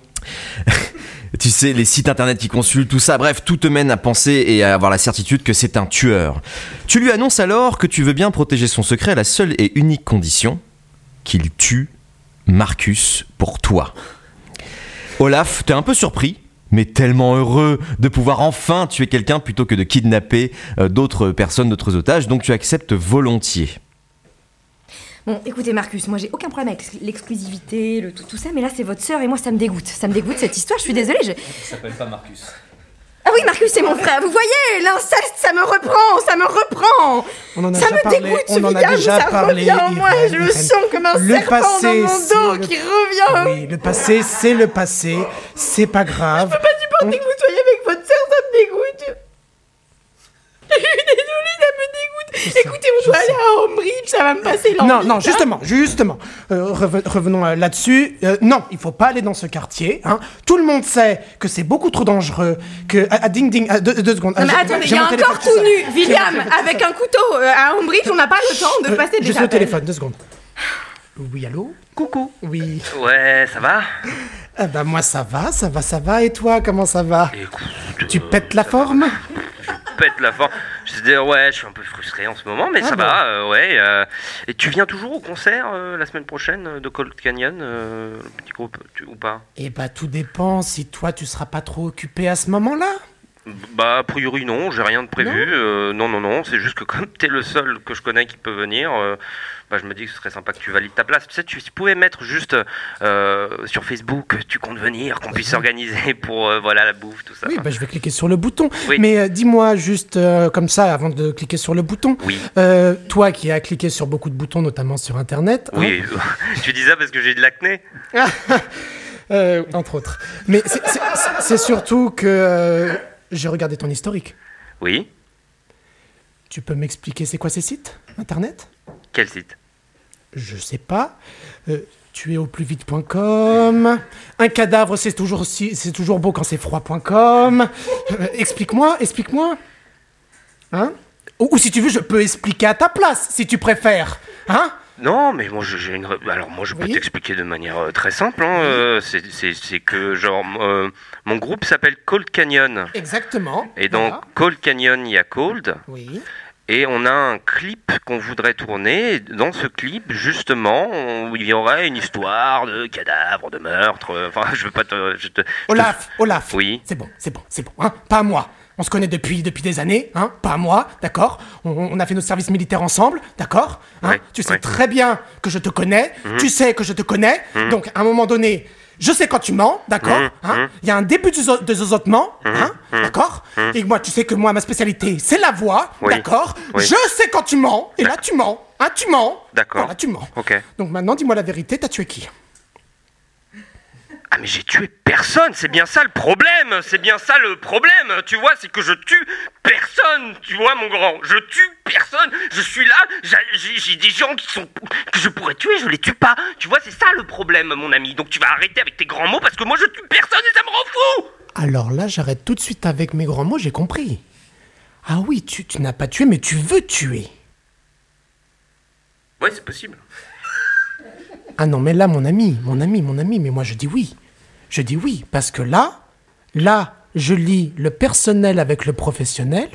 Speaker 1: tu sais, les sites internet qui consultent, tout ça, bref, tout te mène à penser et à avoir la certitude que c'est un tueur. Tu lui annonces alors que tu veux bien protéger son secret à la seule et unique condition qu'il tue Marcus pour toi. Olaf, t'es un peu surpris, mais tellement heureux de pouvoir enfin tuer quelqu'un plutôt que de kidnapper euh, d'autres personnes, d'autres otages, donc tu acceptes volontiers.
Speaker 12: Bon, écoutez, Marcus, moi j'ai aucun problème avec l'exclusivité, le tout, tout ça, mais là c'est votre sœur et moi ça me dégoûte. Ça me dégoûte cette histoire, je suis désolée. je-
Speaker 15: Il s'appelle pas Marcus.
Speaker 12: Ah oui, Marcus, c'est mon frère, vous voyez, l'inceste, ça me reprend, ça me reprend.
Speaker 6: On en a
Speaker 12: ça
Speaker 6: déjà
Speaker 12: me
Speaker 6: parlé,
Speaker 12: dégoûte, ce
Speaker 6: on en a
Speaker 12: vidage,
Speaker 6: déjà
Speaker 12: ça
Speaker 6: parlé,
Speaker 12: revient en moi,
Speaker 6: Irène,
Speaker 12: je le
Speaker 6: Irène.
Speaker 12: sens comme un
Speaker 6: Le
Speaker 12: serpent
Speaker 6: passé,
Speaker 12: dans
Speaker 6: c'est
Speaker 12: mon dos
Speaker 6: le-
Speaker 12: qui revient.
Speaker 6: Oui, le passé, c'est le passé, c'est pas grave.
Speaker 12: Oh. Je peux pas supporter que vous soyez avec votre sœur, ça me dégoûte. Je suis désolée, ça me dégoûte. Écoutez, on doit aller à Ombridge, ça va me passer hein. l'envie.
Speaker 6: Non, non, justement, justement. Euh, reve- revenons euh, là-dessus. Euh, non, il faut pas aller dans ce quartier. hein. Tout le monde sait que c'est beaucoup trop dangereux. Que ah, ah, ding ding, ah, deux, deux secondes.
Speaker 12: Non
Speaker 6: Ah,
Speaker 12: mais
Speaker 6: j'ai-
Speaker 12: attendez,
Speaker 6: j'ai
Speaker 12: il y a
Speaker 6: mon
Speaker 12: un
Speaker 6: téléphone
Speaker 12: corps
Speaker 6: qui
Speaker 12: tout
Speaker 6: sonne.
Speaker 12: nu,
Speaker 6: J'ai mon
Speaker 12: William,
Speaker 6: téléphone qui
Speaker 12: avec
Speaker 6: sonne.
Speaker 12: un couteau euh, à Ombridge, on n'a pas le temps de
Speaker 6: Euh,
Speaker 12: passer des
Speaker 6: Juste le
Speaker 12: appels.
Speaker 6: téléphone, deux secondes. Oui, allô Coucou. Oui.
Speaker 9: Ouais, ça va
Speaker 6: Ah bah moi ça va, ça va, ça va. Et toi, comment ça va Tu
Speaker 9: euh,
Speaker 6: pètes la forme
Speaker 9: Pète la forme. Je veux dire, ouais, je suis un peu frustré en ce moment, mais
Speaker 6: Ah
Speaker 9: ça
Speaker 6: bon.
Speaker 9: va, euh, ouais. euh, et tu viens toujours au concert euh, la semaine prochaine euh, de Cold Canyon, euh, le petit groupe, tu- ou pas
Speaker 6: Eh bah tout dépend si toi tu seras pas trop occupé à ce moment-là.
Speaker 9: Bah, a priori, non, j'ai rien de prévu. euh, Non, non, non, c'est juste que comme t'es le seul que je connais qui peut venir, euh, bah, je me dis que ce serait sympa que tu valides ta place. Tu sais, tu pouvais mettre juste euh, sur Facebook, tu comptes venir, qu'on puisse s'organiser pour euh, voilà, la bouffe, tout ça.
Speaker 6: Oui, bah, je vais cliquer sur le bouton.
Speaker 9: Oui.
Speaker 6: Mais euh, dis-moi juste euh, comme ça, avant de cliquer sur le bouton,
Speaker 9: Oui.
Speaker 6: euh, toi qui as cliqué sur beaucoup de boutons, notamment sur Internet, hein,
Speaker 9: Oui, tu dis ça parce que j'ai de l'acné.
Speaker 6: euh, entre autres. Mais c'est- c'est- c'est c'est surtout que euh, j'ai regardé ton historique.
Speaker 9: Oui,
Speaker 6: Tu peux m'expliquer c'est quoi ces sites Internet
Speaker 9: quel site
Speaker 6: Je sais pas. Euh, tu es au plus vite.com. Un cadavre, c'est toujours, si, c'est toujours beau quand c'est froid.com. Euh, explique-moi, explique-moi. Hein ou, ou si tu veux, je peux expliquer à ta place, si tu préfères. Hein
Speaker 9: Non, mais moi je- j'ai une. re- Alors moi je peux t'expliquer de manière euh, très simple. hein, euh, c'est- c'est c'est que genre euh, mon groupe s'appelle Cold Canyon.
Speaker 6: Exactement.
Speaker 9: Et dans Cold Canyon, il y a Cold.
Speaker 6: Oui.
Speaker 9: Et on a un clip qu'on voudrait tourner. Et Dans ce clip, justement, on- il y aurait une histoire de cadavre, de meurtre. euh, Enfin, je veux pas te. je te- je te-
Speaker 6: Olaf, Olaf.
Speaker 9: Oui.
Speaker 6: C'est bon, c'est bon, c'est bon. Hein pas à moi. On se connaît depuis, depuis des années, hein pas à moi, d'accord on, on a fait nos services militaires ensemble, d'accord hein
Speaker 9: Ouais,
Speaker 6: Tu sais
Speaker 9: ouais.
Speaker 6: très bien que je te connais,
Speaker 9: Mhm.
Speaker 6: tu sais que je te connais,
Speaker 9: Mhm.
Speaker 6: donc à un moment donné, je sais quand tu mens, d'accord
Speaker 9: Mhm,
Speaker 6: hein
Speaker 9: mhm.
Speaker 6: Il y a un début de, zo- de zozotement, hein
Speaker 9: Mhm, mhm,
Speaker 6: d'accord
Speaker 9: mhm.
Speaker 6: Et moi, tu sais que moi, ma spécialité, c'est la voix,
Speaker 9: Oui,
Speaker 6: d'accord
Speaker 9: oui.
Speaker 6: Je sais quand tu mens, et là, tu mens, hein, tu mens
Speaker 9: D'accord.
Speaker 6: Voilà, tu mens.
Speaker 9: Ok.
Speaker 6: Donc maintenant, dis-moi la vérité, t'as tué qui
Speaker 9: Ah mais j'ai tué personne, c'est bien ça le problème, c'est bien ça le problème, tu vois, c'est que je tue personne, tu vois mon grand, je tue personne, je suis là, j'a- j'ai j'ai des gens qui sont que je pourrais tuer, je les tue pas, tu vois, c'est ça le problème mon ami, donc tu vas arrêter avec tes grands mots parce que moi je tue personne et ça me rend fou.
Speaker 6: Alors là, j'arrête tout de suite avec mes grands mots, j'ai compris. Ah oui, tu, tu n'as pas tué, mais tu veux tuer.
Speaker 9: Ouais c'est possible.
Speaker 6: Ah non, mais là, mon ami, mon ami, mon ami, mais moi je dis oui. Je dis oui, parce que là, là, je lis le personnel avec le professionnel.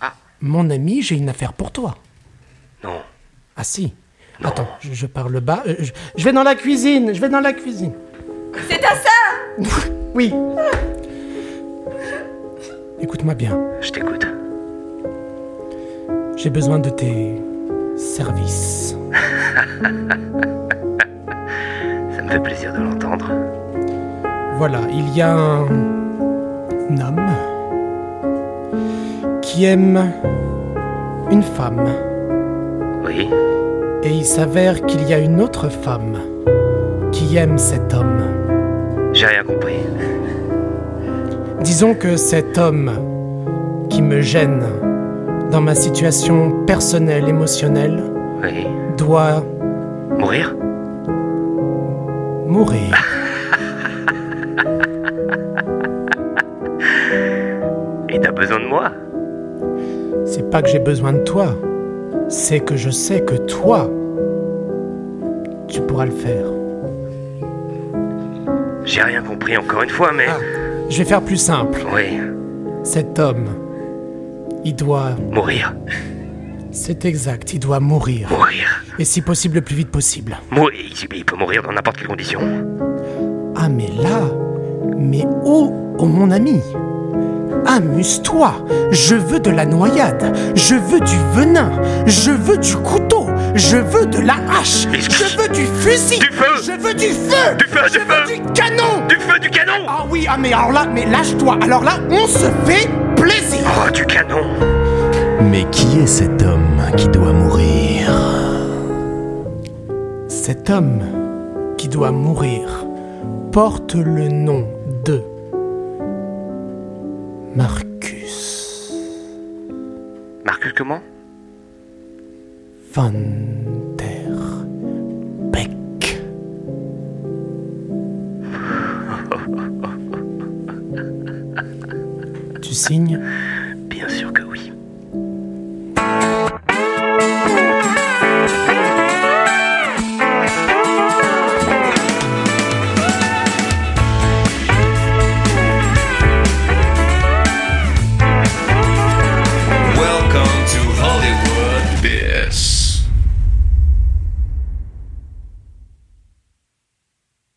Speaker 9: Ah.
Speaker 6: Mon ami, j'ai une affaire pour toi.
Speaker 9: Non.
Speaker 6: Ah si. Attends, je, je parle bas. euh, je, je vais dans la cuisine, je vais dans la cuisine.
Speaker 12: C'est ta sœur
Speaker 6: Oui. Écoute-moi bien.
Speaker 9: Je t'écoute.
Speaker 6: J'ai besoin de tes services.
Speaker 9: Ça me fait plaisir de l'entendre.
Speaker 6: Voilà, il y a un, un homme qui aime une femme.
Speaker 9: Oui.
Speaker 6: Et il s'avère qu'il y a une autre femme qui aime cet homme.
Speaker 9: J'ai rien compris.
Speaker 6: Disons que cet homme qui me gêne dans ma situation personnelle, émotionnelle,
Speaker 9: Oui.
Speaker 6: doit
Speaker 9: Mourir
Speaker 6: mourir. pas que j'ai besoin de toi, c'est que je sais que toi, tu pourras le faire.
Speaker 5: J'ai rien compris encore une fois, mais.
Speaker 6: Je vais faire plus simple.
Speaker 5: Oui,
Speaker 6: Cet homme, il doit...
Speaker 5: mourir.
Speaker 6: C'est exact, il doit mourir.
Speaker 5: Mourir.
Speaker 6: Et si possible, le plus vite possible.
Speaker 5: Mourir. Il- Il peut mourir dans n'importe quelle condition.
Speaker 6: Ah mais là, mais oh, oh mon ami Amuse-toi Je veux de la noyade, je veux du venin, je veux du couteau, je veux de la hache, je veux du fusil, je veux du feu, je veux du canon
Speaker 5: Du feu, du canon
Speaker 6: Ah oui, ah mais alors là, mais lâche-toi, alors là, on se fait plaisir
Speaker 5: Oh, du canon
Speaker 1: Mais qui est cet homme qui doit mourir
Speaker 6: Cet homme qui doit mourir porte le nom de Marcus
Speaker 5: Marcus, comment
Speaker 6: Van der Beck. tu signes